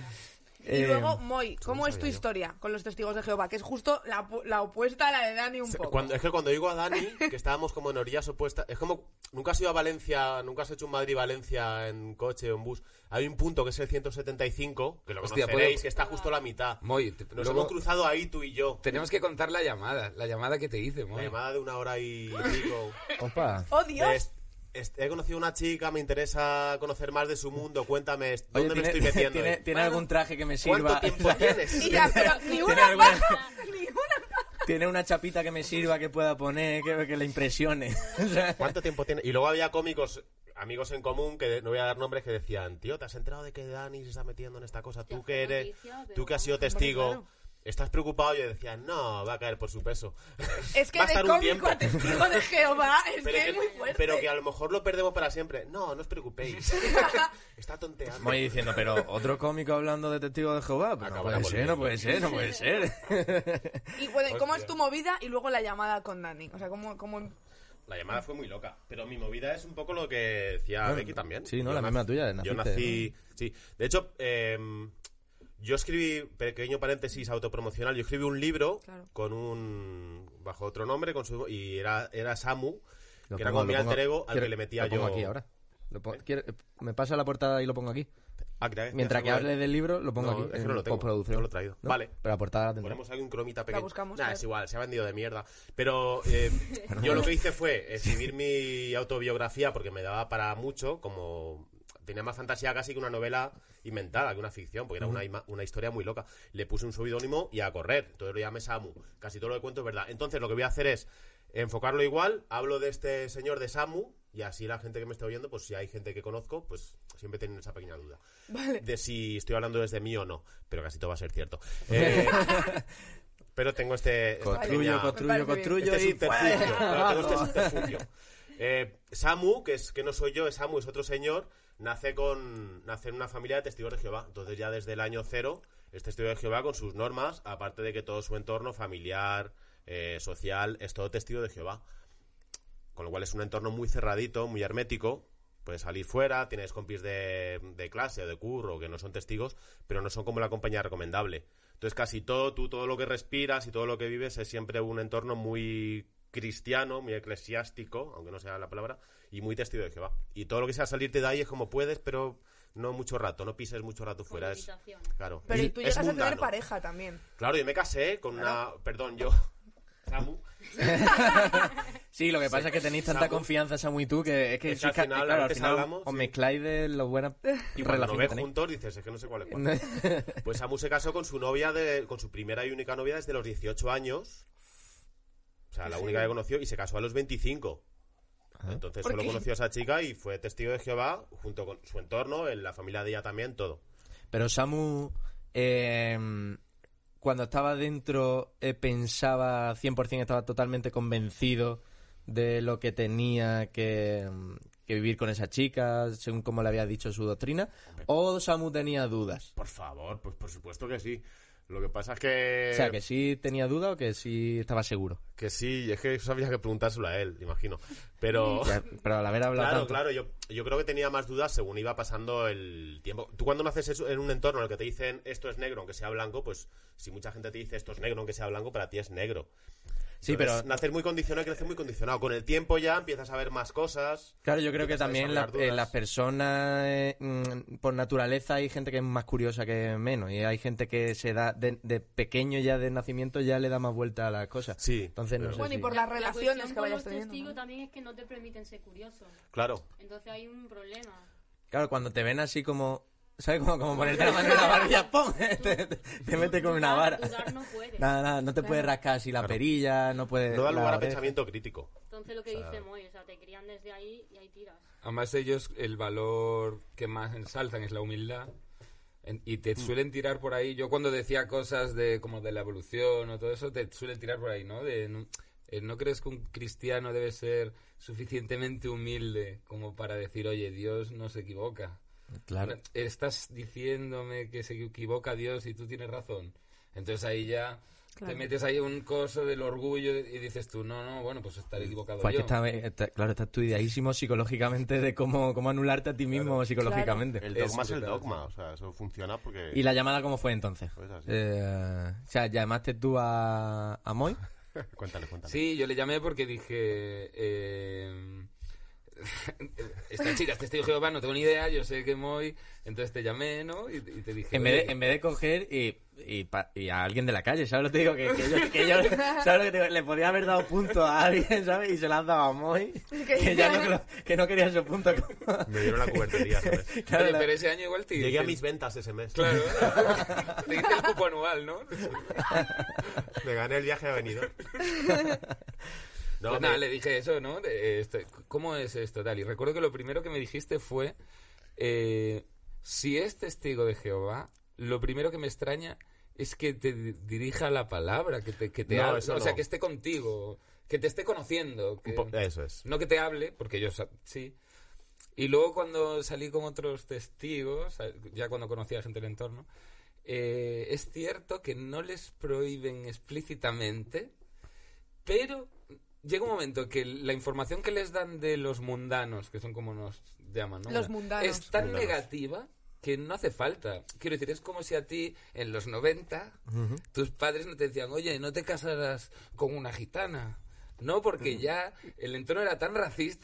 Y eh, luego, Moy, ¿cómo es tu sabía yo. historia con los testigos de Jehová? Que es justo la, pu- la opuesta a la de Dani un poco. Cuando- es que cuando digo a Dani, que estábamos como en orillas opuestas, es como nunca has ido a Valencia, nunca has hecho un Madrid-Valencia en coche o en bus. Hay un punto que es el 175, que lo Hostia, conoceréis, puedo- que está justo a la mitad. Moy, te- Nos luego- hemos cruzado ahí tú y yo. Tenemos que contar la llamada, la llamada que te hice, La Moy. llamada de una hora y pico. Opa. ¡Oh, Dios! Es- es- he conocido una chica, me interesa conocer más de su mundo. Cuéntame, ¿dónde Oye, me ¿tiene, estoy [LAUGHS] [LAUGHS] metiendo? ¿tiene, eh? tiene algún traje que me ¿Cuánto sirva? [LAUGHS] tiempo tienes? Y ya, pero ni una alguna- [LAUGHS] paja, ni una paja. ¿Tiene una chapita que me sirva, que pueda poner, que, que le impresione? [LAUGHS] O sea, ¿Cuánto tiempo tiene? Y luego había cómicos, amigos en común, que de- no voy a dar nombres, que decían, tío, ¿te has enterado de que Dani se está metiendo en esta cosa? Tú Ya, que eres, noticia, pero tú que has sido vamos. Hombre, testigo, ¿estás preocupado? Yo decía, no, va a caer por su peso. [LAUGHS] Es que Va a de estar un cómico tiempo. a [LAUGHS] testigo de Jehová es Pero que que- es muy fuerte. pero que a lo mejor lo perdemos para siempre. No, no [LAUGHS] os preocupéis. Está tonteando. Voy diciendo, pero otro cómico hablando de testigo de Jehová. Pues no Acabará puede ser, no puede ser, no puede ser. Y bueno, ¿y ¿cómo es tu movida? Y luego la llamada con Dani. O sea, ¿cómo...? cómo... La llamada fue muy loca, pero mi movida es un poco lo que decía Bueno, Becky también. sí, ¿no? Yo La misma tuya, de naciste, Yo nací... Sí, de hecho, em, yo escribí, pequeño paréntesis autopromocional, yo escribí un libro Claro. con un... bajo otro nombre, con su, y era, era Samu, [LAUGHS] Lo que era pongo- como mi lo pongo- alter ego al quiero- que le metía lo pongo yo... aquí ahora. Lo pon- ¿Quiere- ¿Me pasa la portada y lo pongo aquí? Ah, que- Mientras que Samu- hable del libro, lo pongo No, aquí. es que en no lo tengo, postproducción. no lo he traído. ¿No? Vale. Pero la portada la tendré. Ponemos ahí un cromita pequeño. buscamos, Nah, claro. es igual, se ha vendido de mierda. Pero eh, yo lo que hice fue escribir mi autobiografía porque me daba para mucho, como tenía más fantasía casi que una novela inventada, que una ficción, porque era una, ima- una historia muy loca. Le puse un subidónimo y a correr. Entonces lo llamé Samu. Casi todo lo que cuento es verdad. Entonces lo que voy a hacer es enfocarlo igual, hablo de este señor de Samu y así la gente que me está oyendo, pues si hay gente que conozco, pues siempre tienen esa pequeña duda de si estoy hablando desde mí o no, pero casi todo va a ser cierto. Eh, pero tengo este, esta Construyo, pequeña- construyo, Me parece bien. construyo este y... subterfugio. [LAUGHS] ¡fuera! claro, tengo este subterfugio. Eh, Samu, que es que no soy yo, es Samu, es otro señor, nace con nace en una familia de testigos de Jehová. Entonces ya desde el año cero es testigo de Jehová con sus normas, aparte de que todo su entorno familiar, eh, social, es todo testigo de Jehová con lo cual es un entorno muy cerradito, muy hermético. Puedes salir fuera, tienes compis de, de clase o de curro que no son testigos, pero no son como la compañía recomendable. Entonces casi todo, tú todo lo que respiras y todo lo que vives es siempre un entorno muy cristiano, muy eclesiástico, aunque no sea la palabra, y muy testigo de Jehová. Y todo lo que sea salirte de ahí es como puedes, pero no mucho rato, no pises mucho rato fuera. Es, limitaciones. claro. Pero y tú es llegas a tener mundano. pareja también. Claro, yo me casé con una... Perdón, yo... Samu. Sí, lo que pasa es que tenéis tanta Samu. confianza, Samu y tú, que es que, Es que Pues al sois ca- final, claro, al antes final hablamos, os sí. mezcláis de lo buena Y cuando lo relación que ves tenéis. juntos dices, es que no sé cuál es cuál. [LAUGHS] Pues Samu se casó con su novia, de, con su primera y única novia desde los 18 años. O sea, la única que conoció y se casó a los 25. Entonces ¿Por solo qué? conoció a esa chica y fue testigo de Jehová junto con su entorno, en la familia de ella también, todo. Pero Samu, eh, cuando estaba dentro, eh, pensaba 100%, estaba totalmente convencido de lo que tenía que, mm, que vivir con esa chica, según como le había dicho su doctrina. ¿O Samu tenía dudas? Por favor, pues por supuesto que sí. Lo que pasa es que... O sea, que sí tenía duda o que sí estaba seguro. que sí, es que eso habría que preguntárselo a él, imagino. [LAUGHS] Pero... Ya, Pero al haber hablado Claro, tanto- claro, yo, yo creo que tenía más dudas según iba pasando el tiempo. Tú cuando naces eso- en un entorno en el que te dicen esto es negro aunque sea blanco, pues si mucha gente te dice esto es negro aunque sea blanco, para ti es negro. Sí, Entonces, pero- Nacer muy condicionado y crecer muy condicionado. Con el tiempo ya empiezas a ver más cosas. Claro, yo creo que empiezas a también la- desarrollar eh, las dudas. personas, eh, mm, por naturaleza, hay gente que es más curiosa que menos. Y hay gente que se da, de, de pequeño ya de nacimiento, ya le da más vuelta a las cosas. Sí, Entonces, no pero- sé Bueno, y si- por las La relaciones cuestión que con vayas los teniendo. testigos ¿no? también es que no te permiten ser curioso. Claro. Entonces hay un problema. Claro, cuando te ven así como... ¿Sabes? Como, como ponerte la mano en la barbilla, [LAUGHS] ¡pum! Te, te- te mete con una Dudar- vara. dudar no puedes. Nada, nada, no te puedes rascar así la perilla, no puedes... No da Eh, la lugar a oreja. pensamiento crítico. Entonces lo que dice Moy, o sea, te crían desde ahí y ahí tiras. Además ellos el valor que más ensalzan es la humildad en- y Mm. te suelen tirar por ahí. Yo cuando decía cosas de como de la evolución o todo eso te suelen tirar por ahí, ¿no? De no, eh, ¿no crees que un cristiano debe ser suficientemente humilde como para decir, "Oye, Dios no se equivoca"? Claro. Estás diciéndome que se equivoca Dios y tú tienes razón. Entonces ahí ya Claro. te metes ahí un coso del orgullo y dices tú, "No, no, bueno, pues estaré equivocado Pues es yo". que está, está- claro, estás estudiadísimo psicológicamente de cómo, cómo anularte a ti mismo psicológicamente. El Es dogma es, el brutal, dogma. O sea, eso funciona porque. ¿Y la llamada cómo fue entonces? Pues así. Eh, o sea, llamaste tú a, a [LAUGHS] Moy. cuéntale, cuéntale. Sí, yo le llamé porque dije... eh, [LAUGHS] esta chica, este testigo de Jehová, no tengo ni idea, yo sé que Moy... Entonces te llamé, ¿no? Y, y te dije... En vez, "Oye". de, en vez de coger y, y, pa- y a alguien de la calle, ¿sabes lo que te digo? Que, que yo, que yo- ¿sabes lo que te digo? Le podía haber dado punto a alguien, ¿sabes? Y se la has dado a Moy. Que, ya no, que lo- que no quería esos puntos. Me dieron la cubertería, [LAUGHS] ¿sabes? Claro, Oye, la- pero ese año igual te... Llegué hice a el- mis ventas ese mes. Claro. [LAUGHS] [LAUGHS] te hice el cupo anual, ¿no? Me gané el viaje a [LAUGHS] Benidorm. No, Pues me- nada, le dije eso, ¿no? De, eh, esto- ¿Cómo es esto, tal? Y recuerdo que lo primero que me dijiste fue... eh, si es testigo de Jehová, lo primero que me extraña es que te di- dirija la palabra, que te, que te No, hable, eso o sea, no. que esté contigo, que te esté conociendo. que- un po- Eso es. no que te hable, porque yo sa- sí. Y luego cuando salí con otros testigos, a- ya cuando conocí a gente del entorno, eh, es cierto que no les prohíben explícitamente, pero llega un momento que la información que les dan de los mundanos, que son como nos llaman, ¿no? Los Una- mundanos. Es tan Mundanos. negativa que no hace falta. Quiero decir, es como si a ti en los 90 tus padres no te decían, oye, no te casarás con una gitana. No, porque Mm. ya el entorno era tan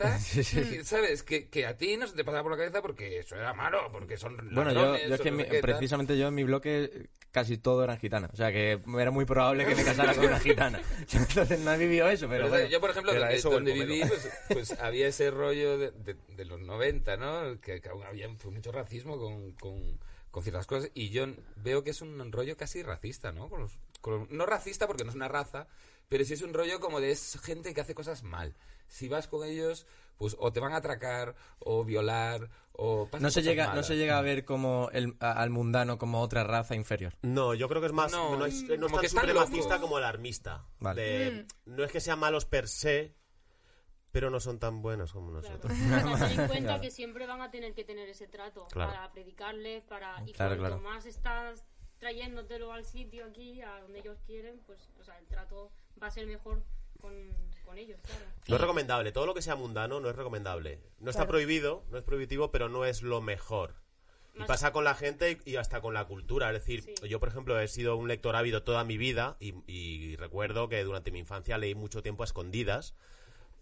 [LAUGHS] racista, que, ¿sabes? Que, que a ti no se te pasaba por la cabeza porque eso era malo, porque son Bueno, yo, ladrones, yo es o que en no mi- sé qué, tal. precisamente yo en mi bloque casi todo eran gitanas. O sea, que era muy probable que me casara con una [LAUGHS] gitana. [LAUGHS] Entonces no he vivido eso, pero... Pero, bueno. o sea, yo, por ejemplo, Era donde, eso o el donde pomelo. viví, pues, pues había ese rollo de, de- de los 90, ¿no? Que, que aún había pues, mucho racismo con, con- con ciertas cosas. Y yo veo que es un rollo casi racista, ¿no? Con los- con los- no racista porque no es una raza, pero sí es un rollo como de es gente que hace cosas mal. Si vas con ellos, pues o te van a atracar, o violar, o... pasan No se, cosas llega, no malas. se llega a ver como el, a- al mundano como otra raza inferior. No, yo creo que es más. No, No, es, no es como tan que están supremacista locos. como alarmista. Vale. De- No es que sean malos per se, pero no son tan buenos como Claro. nosotros. O sea, ten [LAUGHS] en cuenta Claro. que siempre van a tener que tener ese trato Claro. para predicarles, para y Claro, cuanto claro. más estás trayéndotelo al sitio aquí, a donde ellos quieren, pues, o sea, el trato va a ser mejor con, con ellos, claro. No es recomendable. Todo lo que sea mundano no es recomendable. No está prohibido, no es prohibitivo, pero no es lo mejor. Y Más- pasa con la gente y hasta con la cultura. Es decir, Sí. yo, por ejemplo, he sido un lector ávido toda mi vida y, y recuerdo que durante mi infancia leí mucho tiempo a escondidas,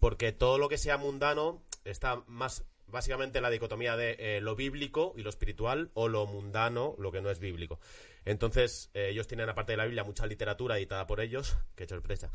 porque todo lo que sea mundano está más básicamente en la dicotomía de eh, lo bíblico y lo espiritual o lo mundano, lo que no es bíblico. Entonces, eh, ellos tienen aparte de la Biblia mucha literatura editada por ellos, [LAUGHS] qué sorpresa.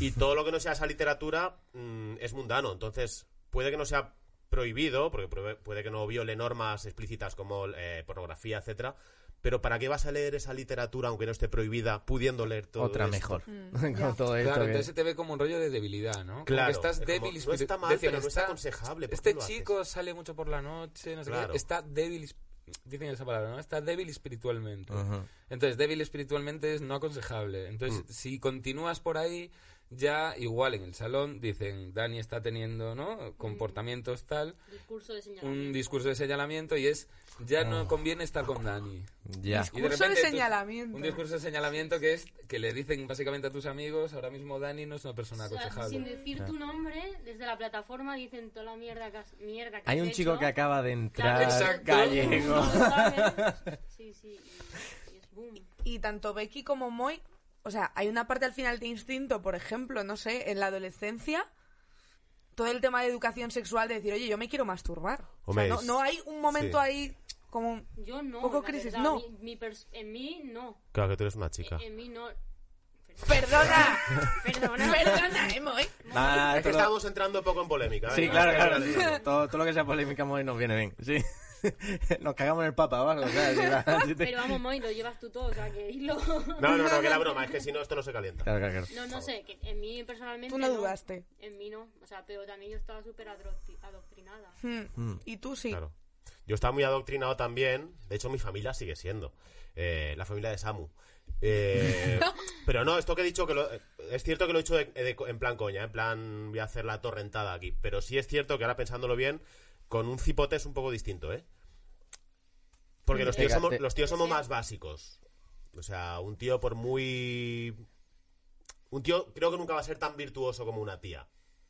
Y todo lo que no sea esa literatura mm, es mundano. Entonces, puede que no sea prohibido, porque pruebe- puede que no viole normas explícitas como eh, pornografía, etcétera. Pero ¿para qué vas a leer esa literatura aunque no esté prohibida, pudiendo leer todo otra esto? mejor. Mm, [LAUGHS] Con todo esto Claro, que- entonces se te ve como un rollo de debilidad, ¿no? Como Claro, que estás es como, débil. no espiri- está mal, decían, pero no es está- aconsejable, ¿por qué Este lo haces? chico sale mucho por la noche, no sé Claro. qué. Está débil, esp- dicen esa palabra, ¿no? Está débil espiritualmente. Ujú. Entonces, débil espiritualmente es no aconsejable. Entonces, si continúas por ahí, ya igual en el salón dicen, Dani está teniendo, ¿no? Comportamientos tal, Discurso de señalamiento. un discurso de señalamiento y es, ya no conviene estar con Dani. Ya. Y Discurso de repente tú- señalamiento. un discurso de señalamiento que es que le dicen básicamente a tus amigos, ahora mismo Dani no es una persona O sea, sin aconsejable. decir tu nombre, desde la plataforma dicen toda la mierda que has, mierda que Hay has un chico hecho. que acaba de entrar Exacto. [LAUGHS] gallego. [LAUGHS] No lo saben. Sí, sí. y- y es boom. Y tanto Becky como Moy o sea, hay una parte al final de instinto, por ejemplo, no sé, en la adolescencia, todo el tema de educación sexual de decir, oye, yo me quiero masturbar. Hombre, o sea, no, es- no hay un momento sí. ahí como... un- Yo no. Poco la crisis, verdad, no. mi- mi pers- en mí no. Claro que tú eres una chica. En mí no. ¡Perdona! Perdona. ¡Perdona, Emoy! Nada, nada, Es que esto lo- estamos entrando poco en polémica. Ah, ¿eh? Sí, venga, claro, venga, claro. venga, venga. Todo, todo lo que sea polémica, Moy, nos viene bien. Sí. [LAUGHS] Nos cagamos en el papa o algo, claro, sí, la- [LAUGHS] sí te- Pero vamos, Moy, lo llevas tú todo, o sea, que [LAUGHS] dilo. No, no, no, que la broma, es que si no, esto no se calienta. Claro, claro, claro. No, no sé, que en mí personalmente. Tú no dudaste. En mí no, o sea, pero también yo estaba súper adoctri- adoctrinada. Hmm, Y tú sí. Claro. Yo estaba muy adoctrinado también. De hecho, mi familia sigue siendo. eh, la familia de Samu. Eh, pero no, esto que he dicho, que lo- es cierto que lo he hecho de- de- en plan coña, en plan voy a hacer la torrentada aquí. Pero sí es cierto que ahora pensándolo bien, con un cipote es un poco distinto, ¿eh? Porque los tíos Venga, somos, te- los tíos somos Sí. más básicos. O sea, un tío por muy... Un tío creo que nunca va a ser tan virtuoso como una tía.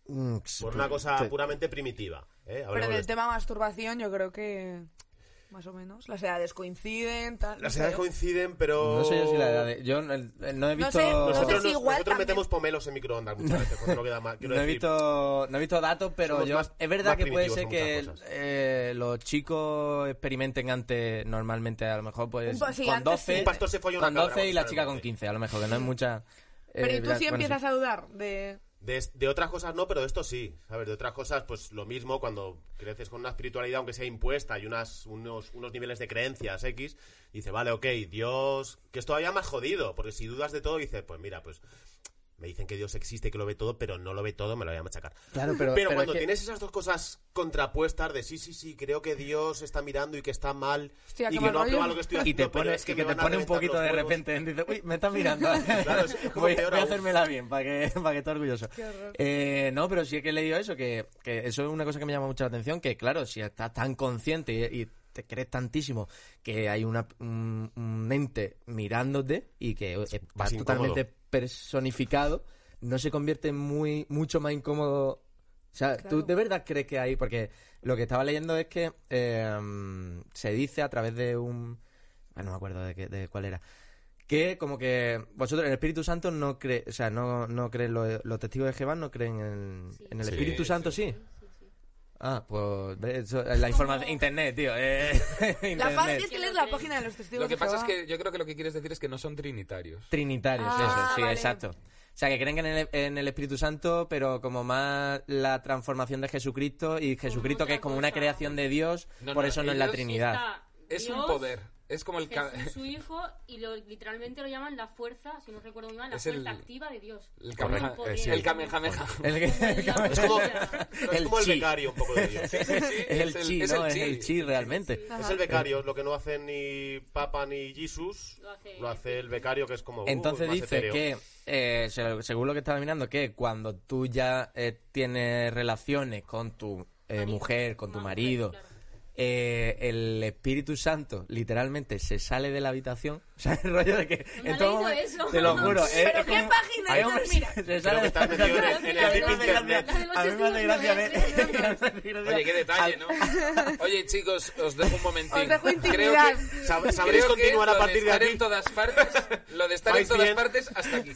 Mm, sí, Por una cosa sí. puramente primitiva. ¿eh? Pero Hablemos en de el esto. tema masturbación yo creo que más o menos las edades coinciden, tal. no Las sé. edades coinciden, pero... No sé yo si la edad de... Yo no, el- no he No visto... sé, no sé Nosotros, si nos- igual nosotros también- metemos pomelos en microondas muchas veces, cuando no queda mal. Quiero [LAUGHS] No he, decir, visto, no he visto datos, pero somos yo, más- es verdad más que puede primitivos ser en que muchas cosas. eh, los chicos experimenten antes, normalmente, a lo mejor, pues Un pa- sí, con antes 12, sí. Un pastor se folla una con cabra, 12 y la básicamente. chica con 15, a lo mejor, que no hay mucha... Pero eh, ¿y tú vida- sí bueno, empiezas a dudar de... De, de otras cosas no, pero de esto sí. ¿sabes? De otras cosas, pues lo mismo cuando creces con una espiritualidad, aunque sea impuesta, y unas, unos, unos niveles de creencias X, dice, vale, ok, Dios... Que es todavía más jodido, porque si dudas de todo, dices, pues mira, pues... Me dicen que Dios existe y que lo ve todo, pero no lo ve todo, me lo voy a machacar. Claro, pero- pero cuando es que- tienes esas dos cosas contrapuestas de sí, sí, sí, creo que Dios está mirando y que está mal Hostia, y qué que mal no aprueba rollo. lo que estoy Y haciendo, te pero pone, es que, que me te van a pone un reventar poquito los de huevos. repente, dices, uy, me estás mirando. [LAUGHS] Claro, es [LAUGHS] como voy, peor voy a aún. hacérmela bien para que, [LAUGHS] para que esté orgulloso. Eh, no, pero sí que he leído eso, que, que eso es una cosa que me llama mucho la atención, que claro, si estás tan consciente y, y te crees tantísimo que hay una, un, un ente mirándote y que eh, más estás incómodo. totalmente personificado, no se convierte en muy, mucho más incómodo o sea, ¿tú de verdad crees que hay? Porque lo que estaba leyendo es que eh, se dice a través de un... Ah, no me acuerdo de, qué- de cuál era. Que como que vosotros, el Espíritu Santo no cree... O sea, no, no creen... Los, los testigos de Jehová no creen en, en el Sí, Espíritu sí, Santo, sí. Ah, pues ve, eso, la información... Internet, tío. eh, La Internet. fácil es que Que lees lo la creen. página de los testigos Lo que de pasa es Jehová. que yo creo que lo que quieres decir es que no son trinitarios. Trinitarios, Ah, eso, sí, vale. exacto. O sea, que creen que en el, en el Espíritu Santo, pero como más la transformación de Jesucristo y Jesucristo otra que es como una cosa. creación de Dios, No, por no, eso no es la ellos Trinidad. Está Es un Dios, poder. Es como el... ca- Jesús, su hijo, y lo, literalmente lo llaman la fuerza, si no recuerdo mal, la Es el- fuerza activa de Dios. [LAUGHS] El, Como kameha- poder. el kamehameha. El [LAUGHS] que- Es como, El es como el chi. [LAUGHS] becario un poco de Dios. es el es el- chi, es ¿no? el Es chi. el chi realmente. Es el becario, es lo que no hacen ni Papa ni Jesus, Lo hace- lo hace el becario que es como... uh, Entonces más dice etéreo. que, eh, se- según lo que estaba mirando, que cuando tú ya eh, tienes relaciones con tu eh, Marido. mujer, con tu Una mujer, marido, claro. eh, el Espíritu Santo literalmente se sale de la habitación. [LAUGHS] O sea, el rollo de que... No he en todo leído momento- eso. Te [LAUGHS] lo juro. es- ¿Pero es qué como- página Hay es? hombres- Mira. se sale que de estás metido en el- en el A mí deep me hace gracia- internet. a mí me hace gracia ver- [LAUGHS] Oye, qué detalle, [LAUGHS] ¿no? Oye, chicos, os dejo un momentito. Os dejo creo intimidad. que... [LAUGHS] Sab- Creo Sabréis continuar que a partir de lo estar aquí. en todas partes, lo de estar en Vais todas bien. partes hasta [LAUGHS] aquí.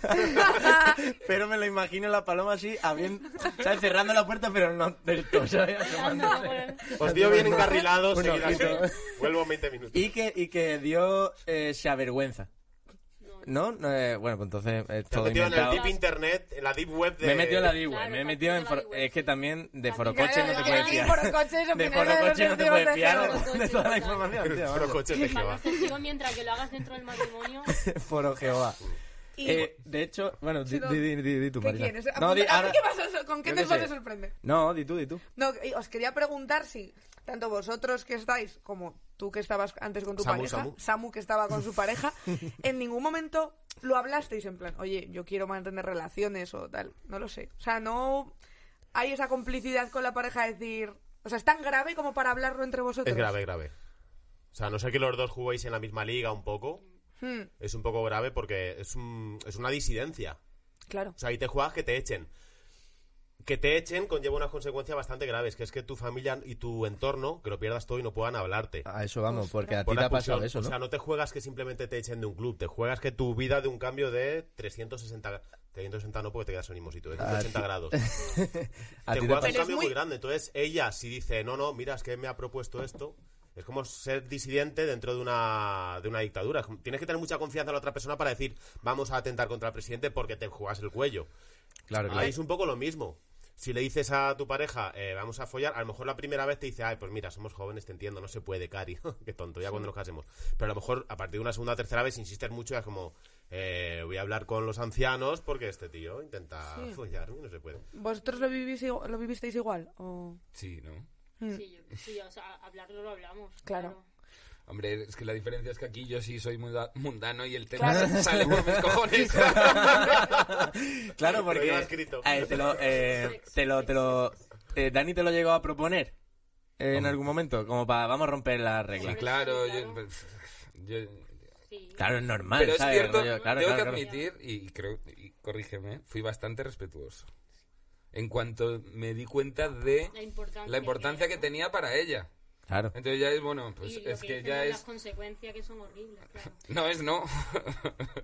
Pero me lo imagino la paloma así, [LAUGHS] abriendo, ¿sabes? cerrando la puerta, pero no del todo, ¿sabes? Asomándose. Os dio bien [LAUGHS] encarrilados, Un seguid así. ojito. Vuelvo en 20 minutos. Y que, y que Dios eh, se avergüenza. ¿No? No, eh, bueno, pues entonces eh, Te has todo metido en el inventado. deep internet, en la deep web de... Me he metido en la [LAUGHS] Diwe, me he Claro, te has metido en... metido en la foro- Deep Web. Es que también de Ah, Claro, forocoche no te claro, puedes de fiar. forocoche De es opinión de forocoche no te los testigos puedes de fiar Jehová. de- de toda la información, tío. Pero vaya. coches de Para Jehová. los testigos, mientras que lo hagas dentro del [LAUGHS] matrimonio, Foro Jehová. Y- Eh, de hecho, bueno, di, no. di, di- di- di tú, ¿Qué Marina. quieres? No, di, Apunta- a ver ahora- qué vas a sor- ¿Con qué Yo te qué vas a sé. sorprender? No, di tú, di tú. No, y os quería preguntar si tanto vosotros que estáis como tú que estabas antes con tu Samu, pareja, Samu. que [LAUGHS] estaba con su pareja, en ningún momento lo hablasteis en plan, oye, yo quiero mantener relaciones o tal, no lo sé. O sea, no hay esa complicidad con la pareja de decir, o sea, es tan grave como para hablarlo entre vosotros. Es grave, grave. O sea, a no sé que los dos juguéis en la misma liga un poco. Hmm, Es un poco grave porque es, un- es una disidencia. Claro. O sea, ahí te juegas que te echen. que te echen conlleva unas consecuencias bastante graves, que es que tu familia y tu entorno, que lo pierdas todo y no puedan hablarte. A eso vamos, porque a ti Por te Pues la ha pasado eso, expulsión. ¿no? O sea, no te juegas que simplemente te echen de un club, te juegas que tu vida de un cambio de 360 360 no porque te quedas en el mismo Ah, sitio, de 180 [LAUGHS] grados. a ti te juegas te un pasa- Pero es cambio muy... muy- grande. Entonces, ella si dice, no, no, mira, es que me ha propuesto esto, es como ser disidente dentro de una, de una dictadura. Es como- Tienes que tener mucha confianza en la otra persona para decir, vamos a atentar contra el presidente porque te juegas el cuello. Claro, Ahí claro. es un poco lo mismo. Si le dices a tu pareja, eh, vamos a follar, a lo mejor la primera vez te dice, ay, pues mira, somos jóvenes, te entiendo, no se puede, Cari, [LAUGHS] qué tonto, ya cuando nos casemos. Pero a lo mejor a partir de una segunda o tercera vez insistes mucho y es como, eh, voy a hablar con los ancianos porque este tío intenta follarme y no se puede. ¿Vosotros lo, vivís, igu- lo vivisteis igual? O... Sí, ¿no? Sí, yo- sí, o sea, hablarlo lo hablamos. Claro. Hombre, es que la diferencia es que aquí yo sí soy munda- mundano y el tema sale [LAUGHS] por mis cojones. [LAUGHS] Claro, Lo porque lleva escrito. eh, te lo, eh, te lo, te lo- eh, Dani te lo llegó a proponer eh, en algún momento, como para vamos a romper la regla. Sí, claro. claro, yo- pues, yo- Sí. es normal, pero es ¿sabes? cierto, Rollo, claro, tengo claro, que claro. admitir, y creo, y corrígeme, fui bastante respetuoso. En cuanto me di cuenta de La importancia la importancia que que era, tenía para ella. Claro. Entonces ya es, bueno, ¿no? pues Y lo es que dicen ya de es... las consecuencias que son horribles, [LAUGHS] claro. No es no.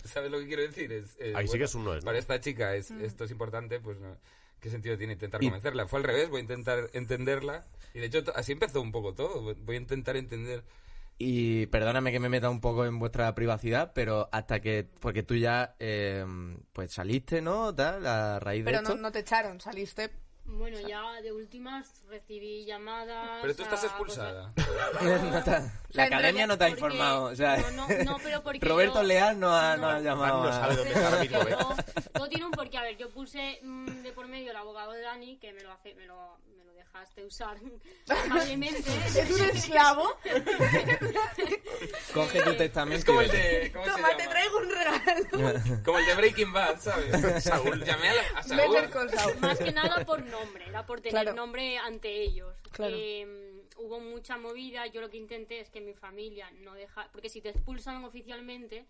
¿Sabes lo que quiero decir? Es, eh, Ahí sí bueno, que es un no es, ¿no? Para esta chica es, esto es importante, pues no. ¿Qué sentido tiene intentar convencerla? Fue al revés, voy a intentar entenderla. Y de hecho, to- así empezó un poco todo. Voy a intentar entender. Y perdóname que me meta un poco en vuestra privacidad, pero hasta que. Porque tú ya. eh, pues saliste, ¿no? Tal, a raíz de Pero esto. no, no te echaron, saliste. [LAUGHS] Bueno, ya de últimas recibí llamadas. Pero tú a estás cosas- expulsada. [LAUGHS] No te- la sea, en academia realidad, no te ha porque- informado. o sea, no, no, no, [LAUGHS] pero porque Roberto yo- Leal no ha, no no. ha llamado. Juan no a- sabe dónde está ahora mismo, ¿eh? No, todo tiene un porqué. A ver, yo puse mm, de por medio el abogado de Dani, que me lo, hace, me lo, me lo dejaste usar amablemente. [LAUGHS] ¿Es un esclavo? [LAUGHS] Coge tu testamento. Es como y el vete. de. ¿Cómo se Toma, te llama? traigo un regalo. Como el de Breaking Bad, [LAUGHS] ¿sabes? Saúl. Llamé a, la- a Saúl. Better Call Saul. [LAUGHS] Más que nada por nombre, era por tener Claro. nombre ante ellos. Claro. Eh, mm, hubo mucha movida, yo lo que intenté es que mi familia no deja, porque si te expulsan oficialmente,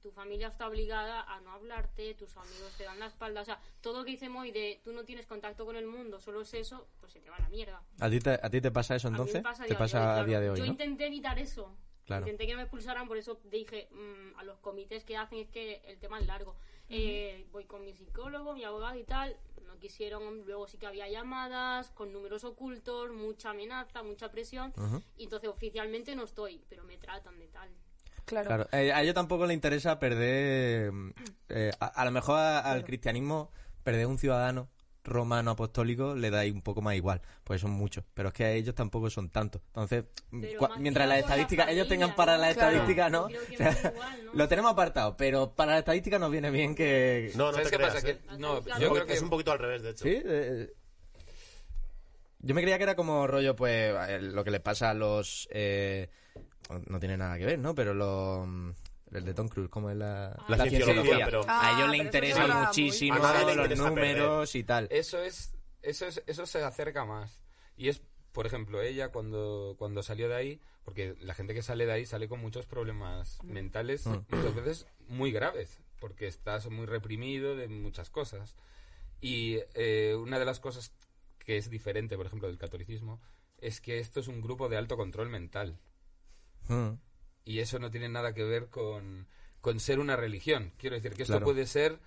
tu familia está obligada a no hablarte, tus amigos te dan la espalda, o sea, todo lo que hice hoy de tú no tienes contacto con el mundo, solo es eso, pues se te va a la mierda. ¿A ti, te, ¿A ti te pasa eso A mí me entonces? pasa a te día de pasa hoy, a claro. día de hoy, Yo ¿no? intenté evitar eso. Claro. Intenté que me expulsaran, por eso dije mm, a los comités que hacen es que el tema es largo. Eh, voy con mi psicólogo, mi abogado y tal. No quisieron, luego sí que había llamadas con números ocultos, mucha amenaza, mucha presión. Y entonces oficialmente no estoy, pero me tratan de tal. Claro. Claro, eh, a ellos tampoco le interesa perder, eh, a, a lo mejor a- al cristianismo, perder un ciudadano romano apostólico le da ahí un poco más igual, pues son muchos, pero es que a ellos tampoco son tantos. Entonces, mm, Pero cua- más mientras que las nada por la estadísticas, ellos familia, tengan para ¿no? las Claro. estadísticas, ¿no? Yo creo que O sea, me da igual, ¿no? Lo tenemos apartado, pero para las estadísticas nos viene bien que... No, no ¿Sabes te qué creas, pasa? ¿eh? Que, no, Claro. yo Porque creo que es un poquito al revés, de hecho. Sí, eh, yo me creía que era como rollo, pues, eh, lo que le pasa a los... eh, no tiene nada que ver, ¿no? Pero los... El de Tom Cruise, ¿cómo es Ah, la...? La cienciología, pero- a ellos le Ah, pero eso interesan suena muy- muchísimo A nadie le los interesa números y tal. Eso es, eso es, eso se acerca más. Y es, por ejemplo, ella cuando, cuando salió de ahí, porque la gente que sale de ahí sale con muchos problemas mentales, Mm. muchas veces muy graves, porque estás muy reprimido de muchas cosas. Y eh, una de las cosas que es diferente, por ejemplo, del catolicismo, es que esto es un grupo de alto control mental. Mm. Y eso no tiene nada que ver con, con ser una religión. Quiero decir que esto Claro. puede ser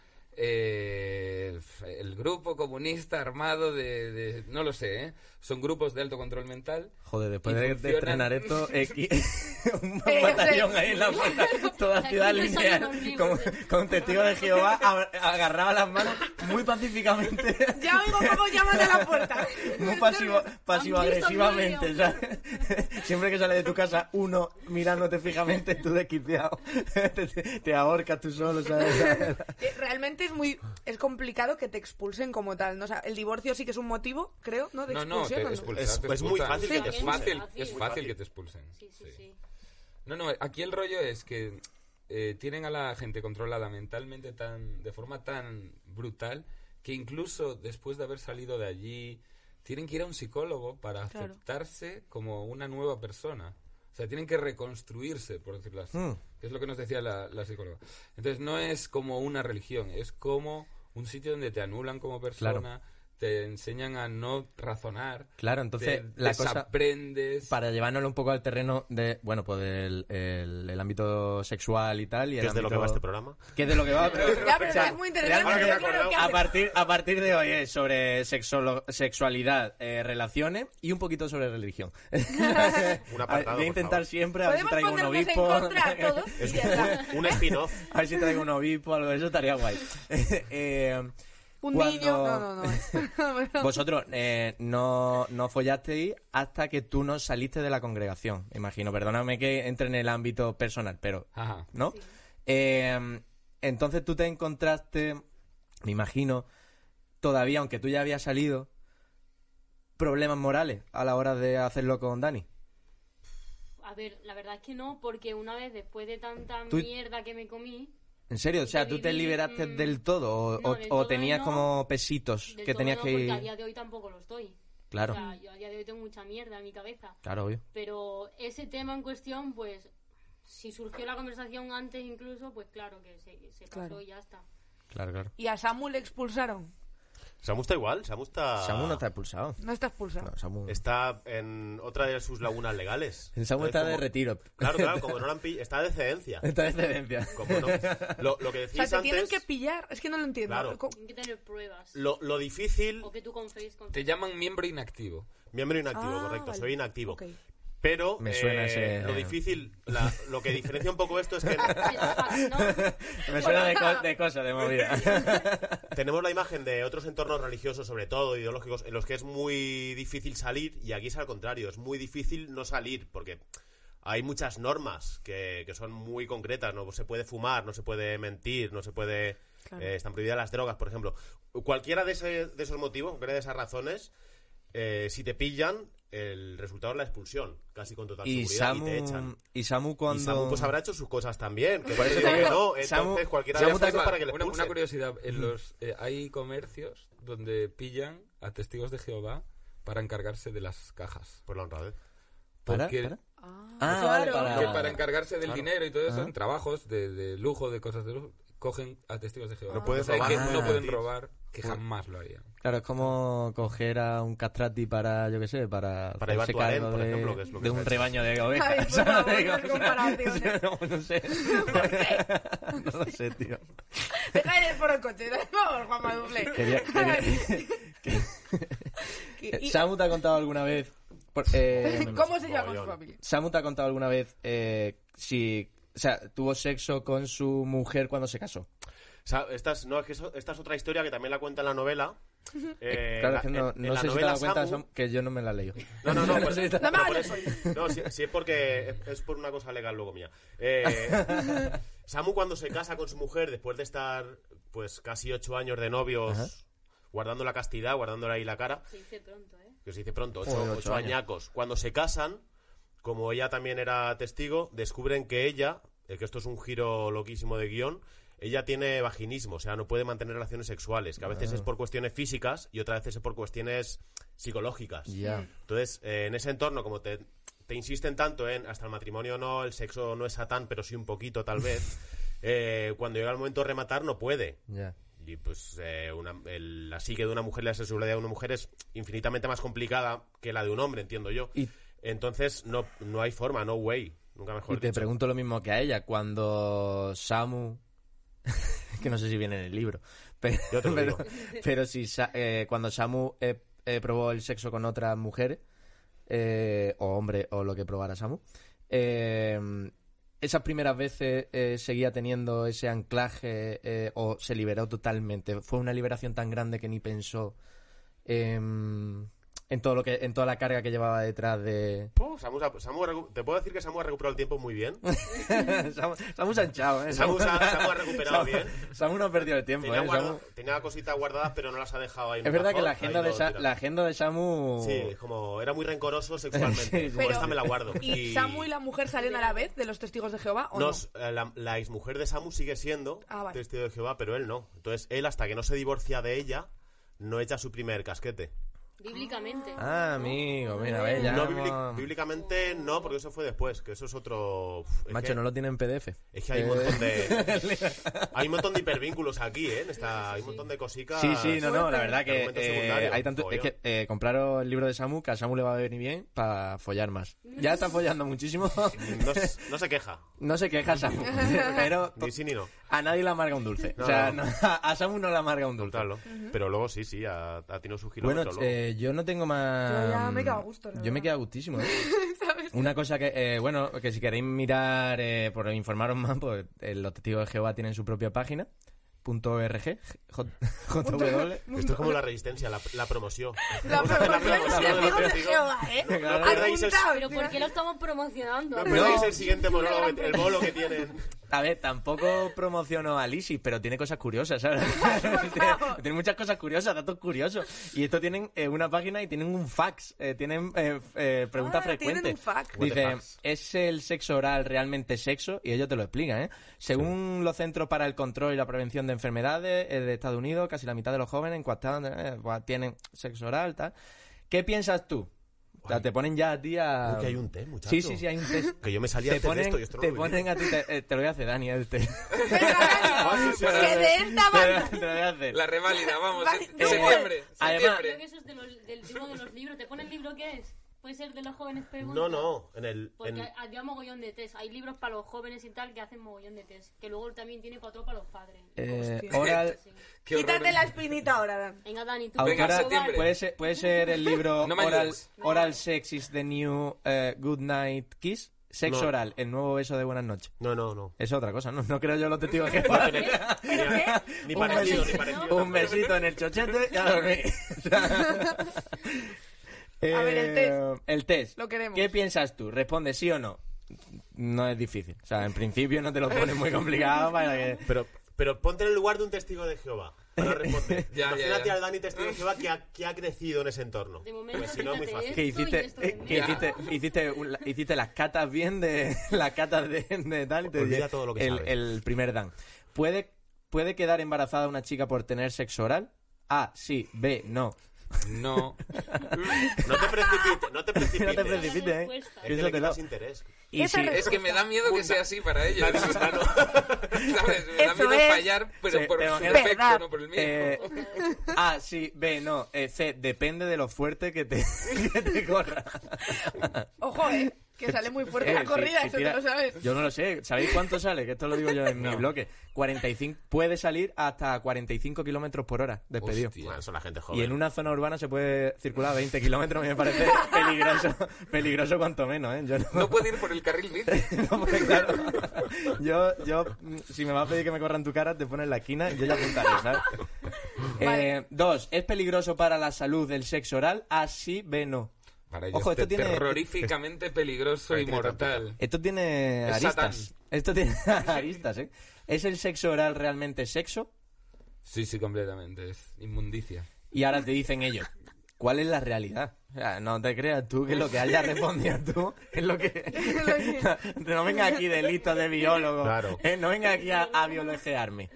eh, el f- el grupo comunista armado de... de- no lo sé, ¿eh? Son grupos de alto control mental. Joder, después Y de, de funcionan. estrenar [LAUGHS] esto, X, un Eh, batallón sí. ahí en [LAUGHS] la puerta, toda Aquí ciudad no lineal, salen los con, libros, eh. con testigos de Jehová a- agarraba las manos muy pacíficamente, [LAUGHS] Ya oigo cómo llaman a la puerta. muy pasivo, ¿Han pasivo-agresivamente. visto el ¿sabes? [LAUGHS] Siempre que sale de tu casa, uno mirándote fijamente, tú desquiciado, [LAUGHS] te, te ahorcas tú solo, ¿sabes? [LAUGHS] Eh, Realmente es muy es complicado que te expulsen como tal. ¿no? O sea, el divorcio sí que es un motivo, creo, ¿no? De No, no, expulsión. te ¿o no? expulsan, Es- te es muy expulsan. que fácil te es expulsen. fácil, Muy es fácil. fácil que te expulsen. Sí, sí, sí. sí. No, no, aquí el rollo es que eh, tienen a la gente controlada mentalmente tan, de forma tan brutal que incluso después de haber salido de allí tienen que ir a un psicólogo para Claro. aceptarse como una nueva persona. O sea, tienen que reconstruirse, por decirlo así. Mm. Que es lo que nos decía la, la psicóloga. Entonces, no es como una religión, es como un sitio donde te anulan como persona, te enseñan a no razonar. Claro, entonces te la cosa desaprendes. para llevárnoslo un poco al terreno de, bueno, pues del el, el ámbito sexual y tal. Y el Que es de lo que ámbito- va este programa. Que es de lo que va, pero... [LAUGHS] Ya, pero o sea, es muy interesante. realmente- que me yo creo acuerdo. que a hace- partir, a partir de hoy es sobre sexolo- sexualidad, eh, relaciones y un poquito sobre [LAUGHS] religión. [LAUGHS] Un apartado, Voy a por intentar favor. siempre a ver si Podemos traigo un ponernos en obispo. contra a todos. y ya está. Un spin-off. A ver si traigo un obispo, algo de eso estaría guay. [LAUGHS] Eh, Un cuando- niño. No, no, no. Vosotros eh, no, no follasteis hasta que tú no saliste de la congregación, me imagino. Perdóname que entre en el ámbito personal, pero Ajá. ¿no? Eh, entonces tú te encontraste, me imagino, todavía, aunque tú ya habías salido, problemas morales a la hora de hacerlo con Dani. A ver, la verdad es que no, porque una vez después de tanta Tú- mierda que me comí, ¿En serio? O sea, ¿tú te Viví, liberaste mm, del todo? ¿O, no, o- del o todo tenías no. como pesitos del que todo tenías no, que porque ir...? a día de hoy tampoco lo estoy. Claro, O sea, yo a día de hoy tengo mucha mierda en mi cabeza. claro, obvio. Pero ese tema en cuestión, pues, si surgió la conversación antes incluso, pues claro que se, se pasó Claro. y ya está. Claro, claro. Y a Samu le expulsaron. Samu está igual, Samu está... Samu no está expulsado. No está expulsado. No, Samu... Está en otra de sus lagunas legales. El Samu está de Entonces, retiro. como- Claro, claro, como no la han pillado... Está de excedencia. Está de excedencia. [LAUGHS] Como no- Lo, lo que O sea, decís te tienen antes... que pillar. Es que no lo entiendo. Claro. Co- Hay que tener pruebas. Lo, lo difícil... O que tú confíes con [LAUGHS] Te llaman miembro inactivo. Miembro inactivo, Ah, correcto. vale. Soy inactivo. Ok. Pero Me suena eh, ese- lo difícil, la- lo que diferencia un poco esto es que Me suena de, co- de cosas, de [LAUGHS] movida. tenemos la imagen de otros entornos religiosos, sobre todo ideológicos, en los que es muy difícil salir y aquí es al contrario, es muy difícil no salir porque hay muchas normas que, que son muy concretas, no se puede fumar, no se puede mentir, no se puede... eh, están prohibidas las drogas, por ejemplo. Cualquiera de, ese- de esos motivos, cualquiera de esas razones, eh, si te pillan, el resultado es la expulsión, casi con total y, seguridad, y te echan. Samu, y Samu cuando... Y Samu pues habrá hecho sus cosas también. Que Por eso te te digo que digo, no, entonces Samu- cualquiera Samu de esas te- para que le una, una expulsen. curiosidad, en los eh, hay comercios donde pillan a testigos de Jehová para encargarse de las cajas. Por la honradez. ¿Para? Porque- ¿Para? Ah, Ah, vale, claro. para- Porque para encargarse del Claro. Ah. dinero y todo eso, Ajá. en trabajos de, de lujo, de cosas de lujo, cogen a testigos de Jehová. No puedes O sea, que robar. no Ah. pueden robar, que jamás lo harían. Claro, es como coger a un castrati para, yo qué sé, para, Para hacerse Iván Tuareg, cargo por de, ejemplo, que es lo que de se ha un hecho. rebaño de ovejas. [LAUGHS] Ay, por ¿sabes? favor, Digo, esas o sea, comparaciones. [LAUGHS] No, no [LAUGHS] sé. [LAUGHS] No lo sé, tío. Deja de ir por el coche. Por favor, Juanma Duple. Quería- [LAUGHS] quería- Y- y- Samu te ha contado alguna vez... [LAUGHS] por- eh, ¿Cómo se llama con su Mogollón. familia? Samu te ha contado alguna vez eh, si... O sea, tuvo sexo con su mujer cuando se casó. O sea, esta es, no, es que eso- esta es otra historia que también la cuenta en la novela. Eh, claro, la- es que no, en- no en la sé si te has novela dado cuenta Samu- Samu, que yo no me la he leído. [LAUGHS] No, no, no. pues- sé si te- pero me por hables eso- no, si, si es porque es, es por una cosa legal luego mía. Eh, Samu cuando se casa con su mujer, después de estar pues casi ocho años de novios, guardando la castidad, guardándole ahí la cara, Se dice pronto, ¿eh? que se dice pronto, ocho, Joder, ocho ocho años. añacos. Cuando se casan, como ella también era testigo, descubren que ella, eh, que esto es un giro loquísimo de guión, ella tiene vaginismo, o sea, no puede mantener relaciones sexuales, que a Ah. veces es por cuestiones físicas y otras veces es por cuestiones psicológicas. Ya. Entonces, eh, en ese entorno, como te, te insisten tanto en hasta el matrimonio no, el sexo no es satán, pero sí un poquito tal [LAUGHS] vez, eh, cuando llega el momento de rematar no puede. Ya. Y pues eh, una- el- la psique de una mujer, la sexualidad de una mujer es infinitamente más complicada que la de un hombre, entiendo yo. Y- Entonces no, no hay forma, no way, nunca mejor Y te dicho. pregunto lo mismo que a ella, cuando Samu, [LAUGHS] que no sé si viene en el libro, [LAUGHS] pero, Yo te lo pero, digo. [LAUGHS] pero si Sa- eh, cuando Samu eh, eh, probó el sexo con otras mujeres, eh, o hombre, o lo que probara Samu, eh, esas primeras veces eh, seguía teniendo ese anclaje eh, o se liberó totalmente. Fue una liberación tan grande que ni pensó em, en todo lo que, en toda la carga que llevaba detrás de. Puh, Samu Oh, se ha- Samu ha recu- te puedo decir que Samu ha recuperado el tiempo [LAUGHS] muy bien. Samu, Samu se ha hinchado, ¿eh? Samu se ha- Samu ha [LAUGHS] recuperado Samu- bien. Samu no ha perdido el tiempo, Tenía, ¿eh? guarda- Samu- tenía cositas guardadas, pero no las ha dejado ahí. en Es un verdad que cajón, la ahí agenda, de todo Sa- tirado. la agenda de Samu... Sí, como era muy rencoroso sexualmente. [LAUGHS] Sí, Como, pero- esta me la guardo. ¿Y Samu y la mujer salen a la vez de los testigos de Jehová o no? Nos- eh, la, la exmujer de Samu sigue siendo Ah, vale. testigo de Jehová, pero él no. Entonces, él hasta que no se divorcia de ella, no echa su primer casquete. bíblicamente. Ah, amigo, mira, ve, ya. Eh, No, hemos- [LAUGHS] bíbli- bíblicamente no, porque eso fue después, que eso es otro... Uf, es Macho, que- no lo tiene en PDF. Es que hay [LAUGHS] un montón de... [LAUGHS] hay un montón de hipervínculos aquí, ¿eh? En esta- hay un montón de cosicas... Sí, sí, no, no, la verdad que Argumento eh, secundario, hay tanto... Es pollo. que eh, compraros el libro de Samu, que a Samu le va a venir bien para follar más. Ya está follando [LAUGHS] muchísimo. No, s- no se queja, No se queja Samu, [LAUGHS] pero ni sí ni no. a nadie le amarga un dulce. No, o sea, no. no- a Samu no le amarga un dulce. Total, ¿no? Pero luego sí, sí, a, a ti no su Bueno, kilómetro, luego. eh, yo no tengo más... Yo ya me he quedado a gusto, Yo la me he verdad. quedado [LAUGHS] gustísimo. ¿eh? Una cosa que, eh, bueno, que si queréis mirar, eh, por informaros más, pues eh, los testigos de Jehová tienen su propia página, punto .rg, J- [LAUGHS] JW. Esto es como la resistencia, la, [LAUGHS] la promoción. La promoción de amigos de Jehová, ¿eh? No perdáis el- Apuntaos, Pero ¿por qué lo estamos promocionando? no perdáis el siguiente monólogo, que- el bolo que tienen. A ver, tampoco promociono a Lisis, pero tiene cosas curiosas, [LAUGHS] ¿sabes? [LAUGHS] tiene, tiene muchas cosas curiosas, datos curiosos. Y esto tienen eh, una página y tienen un fax, eh, tienen eh, f- eh, preguntas Ah, frecuentes. tienen un [LAUGHS] fax. What the Dice, fax? ¿es el sexo oral realmente sexo? Y ellos te lo explican, ¿eh? Según los Centros para el Control y la Prevención de Enfermedades eh, de Estados Unidos, casi la mitad de los jóvenes encuestados eh, pues, tienen sexo oral, tal. ¿Qué piensas tú? O sea, te ponen ya a ti a... Uy, que hay un test, muchacho. Ah. Sí, sí, sí, hay un test. Que yo me [LAUGHS] salía Te antes de ponen, esto y esto no te lo viví. ponen a ti, te, eh, te lo voy a hacer, Dani, [LAUGHS] el test. Ah, sí, sí, Que sí. de esta [LAUGHS] Te banda. lo- te lo voy a hacer. La reválida, vamos. Vale, se- no, septiembre. Eh. además- Creo septiembre. que eso es de los- del tema de los libros. ¿Te pone el libro qué es? ¿Puede ser de los jóvenes pegos? No, no, en el... Porque en- hay- había mogollón de test. Hay libros para los jóvenes y tal que hacen mogollón de test. Que luego también tiene para otro para los padres. Eh, Hostia. oral, Sí. Qué horror. Quítate la espinita ahora, Dan. Venga, Dani, tú. Venga, autora, septiembre. puede ser, puede ser el libro No me oral, ayudes. oral Sex is the New eh, Good Night Kiss. Sexo No. oral, el nuevo beso de buenas noches. No, no, no. Es otra cosa, no, no creo yo los testigos [LAUGHS] que pasen. Ni Un parecido, besito- ni parecido. Un besito en el chochete y a dormir. A ver, el test. Eh, El test. Lo queremos. ¿Qué piensas tú? ¿Responde sí o no? No es difícil. O sea, en principio no te lo pones muy complicado para que... Pero, pero ponte en el lugar de un testigo de Jehová. Para responder. Ya, ya, Imagínate ya. al Dani testigo de Jehová que ha, que ha crecido en ese entorno. De momento, Pues si no, es muy fíjate, fácil. que Esto y hiciste, esto de eh, que mierda. hiciste, hiciste, un- la- hiciste las catas bien de [LAUGHS] las catas de, de tal y te Olvida dio todo lo que el, sabes. el primer dan. ¿Puede, ¿Puede quedar embarazada una chica por tener sexo oral? A, sí, B, no. No. ¿eh? No te precipites, no te No precipites. te precipites, eh. Es Es que le que le Piénsatelo. quitas interés. Y Esa si, re- Es que me da miedo que sea así para ellos. [LAUGHS] ¿Sabes? Me da Eso miedo es. fallar, pero Sí, por te su imaginas- defecto, Verdad. no por el mío. eh, A, sí, B, no. Eh, C, depende de lo fuerte que te, [LAUGHS] que te corra. Ojo, eh, que sale muy fuerte Eh, la si- corrida, si eso tira- te lo sabes. Yo no lo sé. ¿Sabéis cuánto sale? Que esto lo digo yo en mi bloque. 45, puede salir hasta 45 kilómetros por hora despedido. Hostia. Bueno, son la gente Y joven. en una zona urbana se puede circular a 20 kilómetros, me [LAUGHS] parece peligroso, peligroso cuanto menos, ¿eh? Yo no, No puede ir por el carril bici. [LAUGHS] no, porque, claro, yo, yo, mm, si me vas a pedir que me corran tu cara, te pones en la esquina y yo ya apuntaré, [LAUGHS] ¿sabes? Eh, dos, ¿es peligroso para la salud el sexo oral? Así, B, no. Para ellos, Ojo, esto te- tiene- terroríficamente peligroso y tiene mortal. Esto tiene Es aristas. Satán. Esto tiene [LAUGHS] aristas, ¿eh? ¿Es el sexo oral realmente sexo? Sí, sí, completamente. Es [LAUGHS] inmundicia. Y ahora te dicen ellos, ¿cuál es la realidad? O sea, no te creas tú que lo que hayas respondido tú es lo que... no venga aquí de listo de biólogo. Claro. ¿eh? No venga aquí a, a biologearme.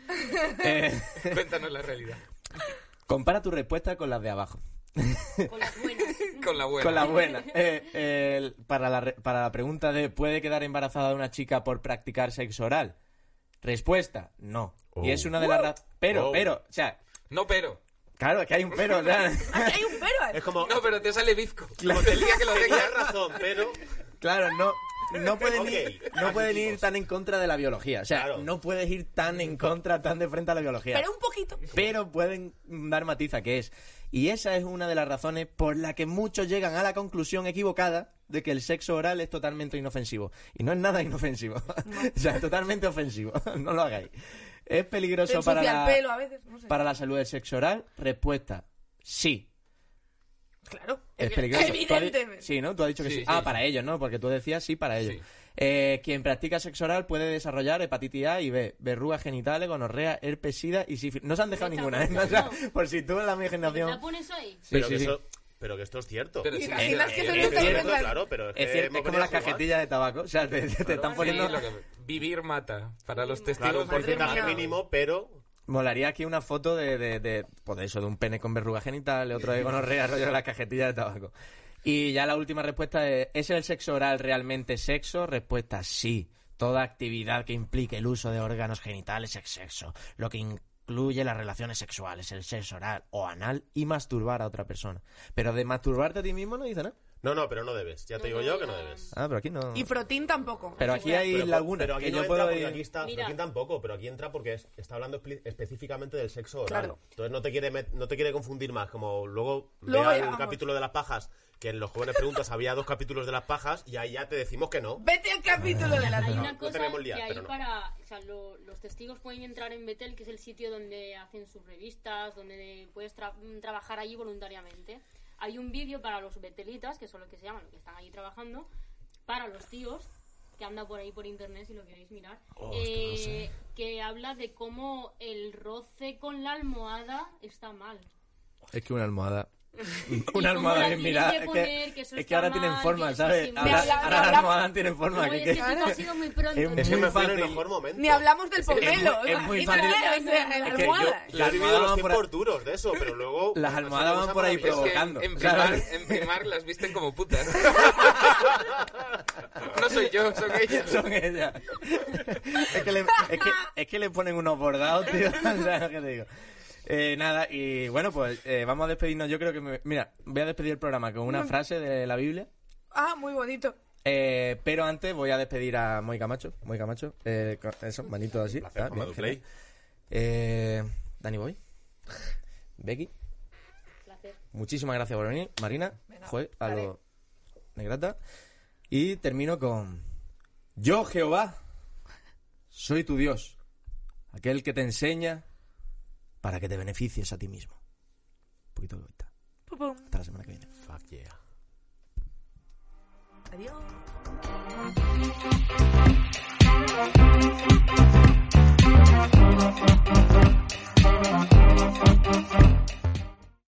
Eh, Cuéntanos la realidad. compara tu respuesta con las de abajo. Con las buenas. Con la buena. Con la buena. Eh, eh, el- para, la, re- para la pregunta de ¿puede quedar embarazada una chica por practicar sexo oral? Respuesta, no. Y es una de las... ra- Pero, Oh. pero, o sea... No, pero. Claro, es que hay un pero, o sea... Aquí hay un pero. eh. Es como, No, pero te sale bizco. [LAUGHS] Claro. Como el día que lo tenías tengas. razón, pero... Claro, no, [LAUGHS] no pueden, ir, Ok, no pueden admitimos. ir tan en contra de la biología. O sea, Claro. no puedes ir tan en contra, tan de frente a la biología. Pero un poquito. Pero pueden dar matiz a qué es. Y esa es una de las razones por la que muchos llegan a la conclusión equivocada de que el sexo oral es totalmente inofensivo. Y no es nada inofensivo. [LAUGHS] o sea, es totalmente ofensivo. [LAUGHS] no lo hagáis. Es Te peligroso para ensucia la, el pelo a veces, no sé. para la salud del sexo oral. Respuesta, sí. Claro. Es [LAUGHS] peligroso. Tú has di- Evidentemente. Sí, ¿no? Tú has dicho que sí. Sí, ah, sí. para ellos, ¿no? Porque tú decías sí para ellos. Sí. Eh, quien practica sexo oral puede desarrollar hepatitis A y B, verrugas genitales, gonorrea, herpes, sida y sífilis. No se han dejado No, ninguna, ¿eh? no. pues. O sea, por si tú en la mi ¿La generación... pones ahí? Sí, Pero, sí, que sí. Eso, pero que esto es cierto. Pero sí, Mira, si las Eh, que se es nos cierto, encuentran- claro, pero Es, es, que cierto, hemos es como venido las a jugar. cajetillas de tabaco. O sea, te, te están Sí, poniendo... lo que- Vivir mata. Para los Claro, testigos, un Madre porcentaje mía. mínimo, pero... Molaría aquí una foto de, de, de, pues de eso, de un pene con verruga genital, otro de gonorrea, rollo de las cajetillas de tabaco. Y ya la última respuesta es, ¿es el sexo oral realmente sexo? Respuesta sí. Toda actividad que implique el uso de órganos genitales es sexo, lo que incluye las relaciones sexuales, el sexo oral o anal y masturbar a otra persona. Pero de masturbarte a ti mismo no dice nada. No, no, pero no debes. Ya te digo yo que no debes. Ah, pero aquí no. Y Protein tampoco. Pero aquí hay Pero, lagunas pero aquí que no yo entra puedo porque ir- aquí está, Mira. pero aquí tampoco, pero aquí entra porque es- está hablando expli- específicamente del sexo oral. Claro. Entonces no te quiere met- no te quiere confundir más, como luego, Luego vea el llegamos. capítulo de las pajas, que en los jóvenes preguntas había dos capítulos de las pajas y ahí ya te decimos que no. Vete al capítulo de la Hay No, una no cosa tenemos liar, que ahí pero no. para... O sea, lo- los testigos pueden entrar en Betel, que es el sitio donde hacen sus revistas, donde puedes tra- mm, trabajar allí voluntariamente. Hay un vídeo para los betelitas, que son los que se llaman, los que están allí trabajando, para los tíos, que anda por ahí por internet si lo queréis mirar, Oh, eh, que habla de cómo el roce con la almohada está mal. Es que una [LAUGHS] almohada. cómo Una la almohada bien tienes mirada. que Es poner, que, que es eso que está ahora tienen mal, forma, que ¿sabes? eso sí, Ahora, me habla- ahora las almohadas tienen forma. [LAUGHS] Oye, que- es que que- esto ha sido muy pronto. Es ¿no? muy Es que me fue en fácil. el mejor momento. Ni hablamos del Es que es pomelo. muy- es muy Y fácil. nada, o sea, la Es que yo- almohada. Yo he Las vivido almohadas los van por ahí- tiempos duros de eso, pero luego... Las pasan almohadas van cosas por ahí Es maravillosas. que provocando, en, primar, ¿sabes? en primar las visten [LAUGHS] como putas. [LAUGHS] no soy yo, son ellos. Son ellas. es, que le, es, que, [LAUGHS] es que le ponen unos bordados, tío. [LAUGHS] ¿Sabes lo que te digo? Eh, nada, y bueno, pues eh, vamos a despedirnos. Yo creo que. me- mira, voy a despedir el programa con Mm. una frase de la Biblia. Ah, muy bonito. Eh, pero antes voy a despedir a Moy Camacho. Moy Camacho, eh, con eso, manito así. placer, Ah, bien, Mamadou Play. genial. Eh, Dani Boy, Becky, Placer. muchísimas gracias por venir. Marina, Venga, Joel, a vale. los Negrata. Y termino con: Yo, Jehová, soy tu Dios, aquel que te enseña para que te beneficies a ti mismo. Un poquito de vuelta. Pum, pum. Hasta la semana que viene. Fuck yeah. Adiós.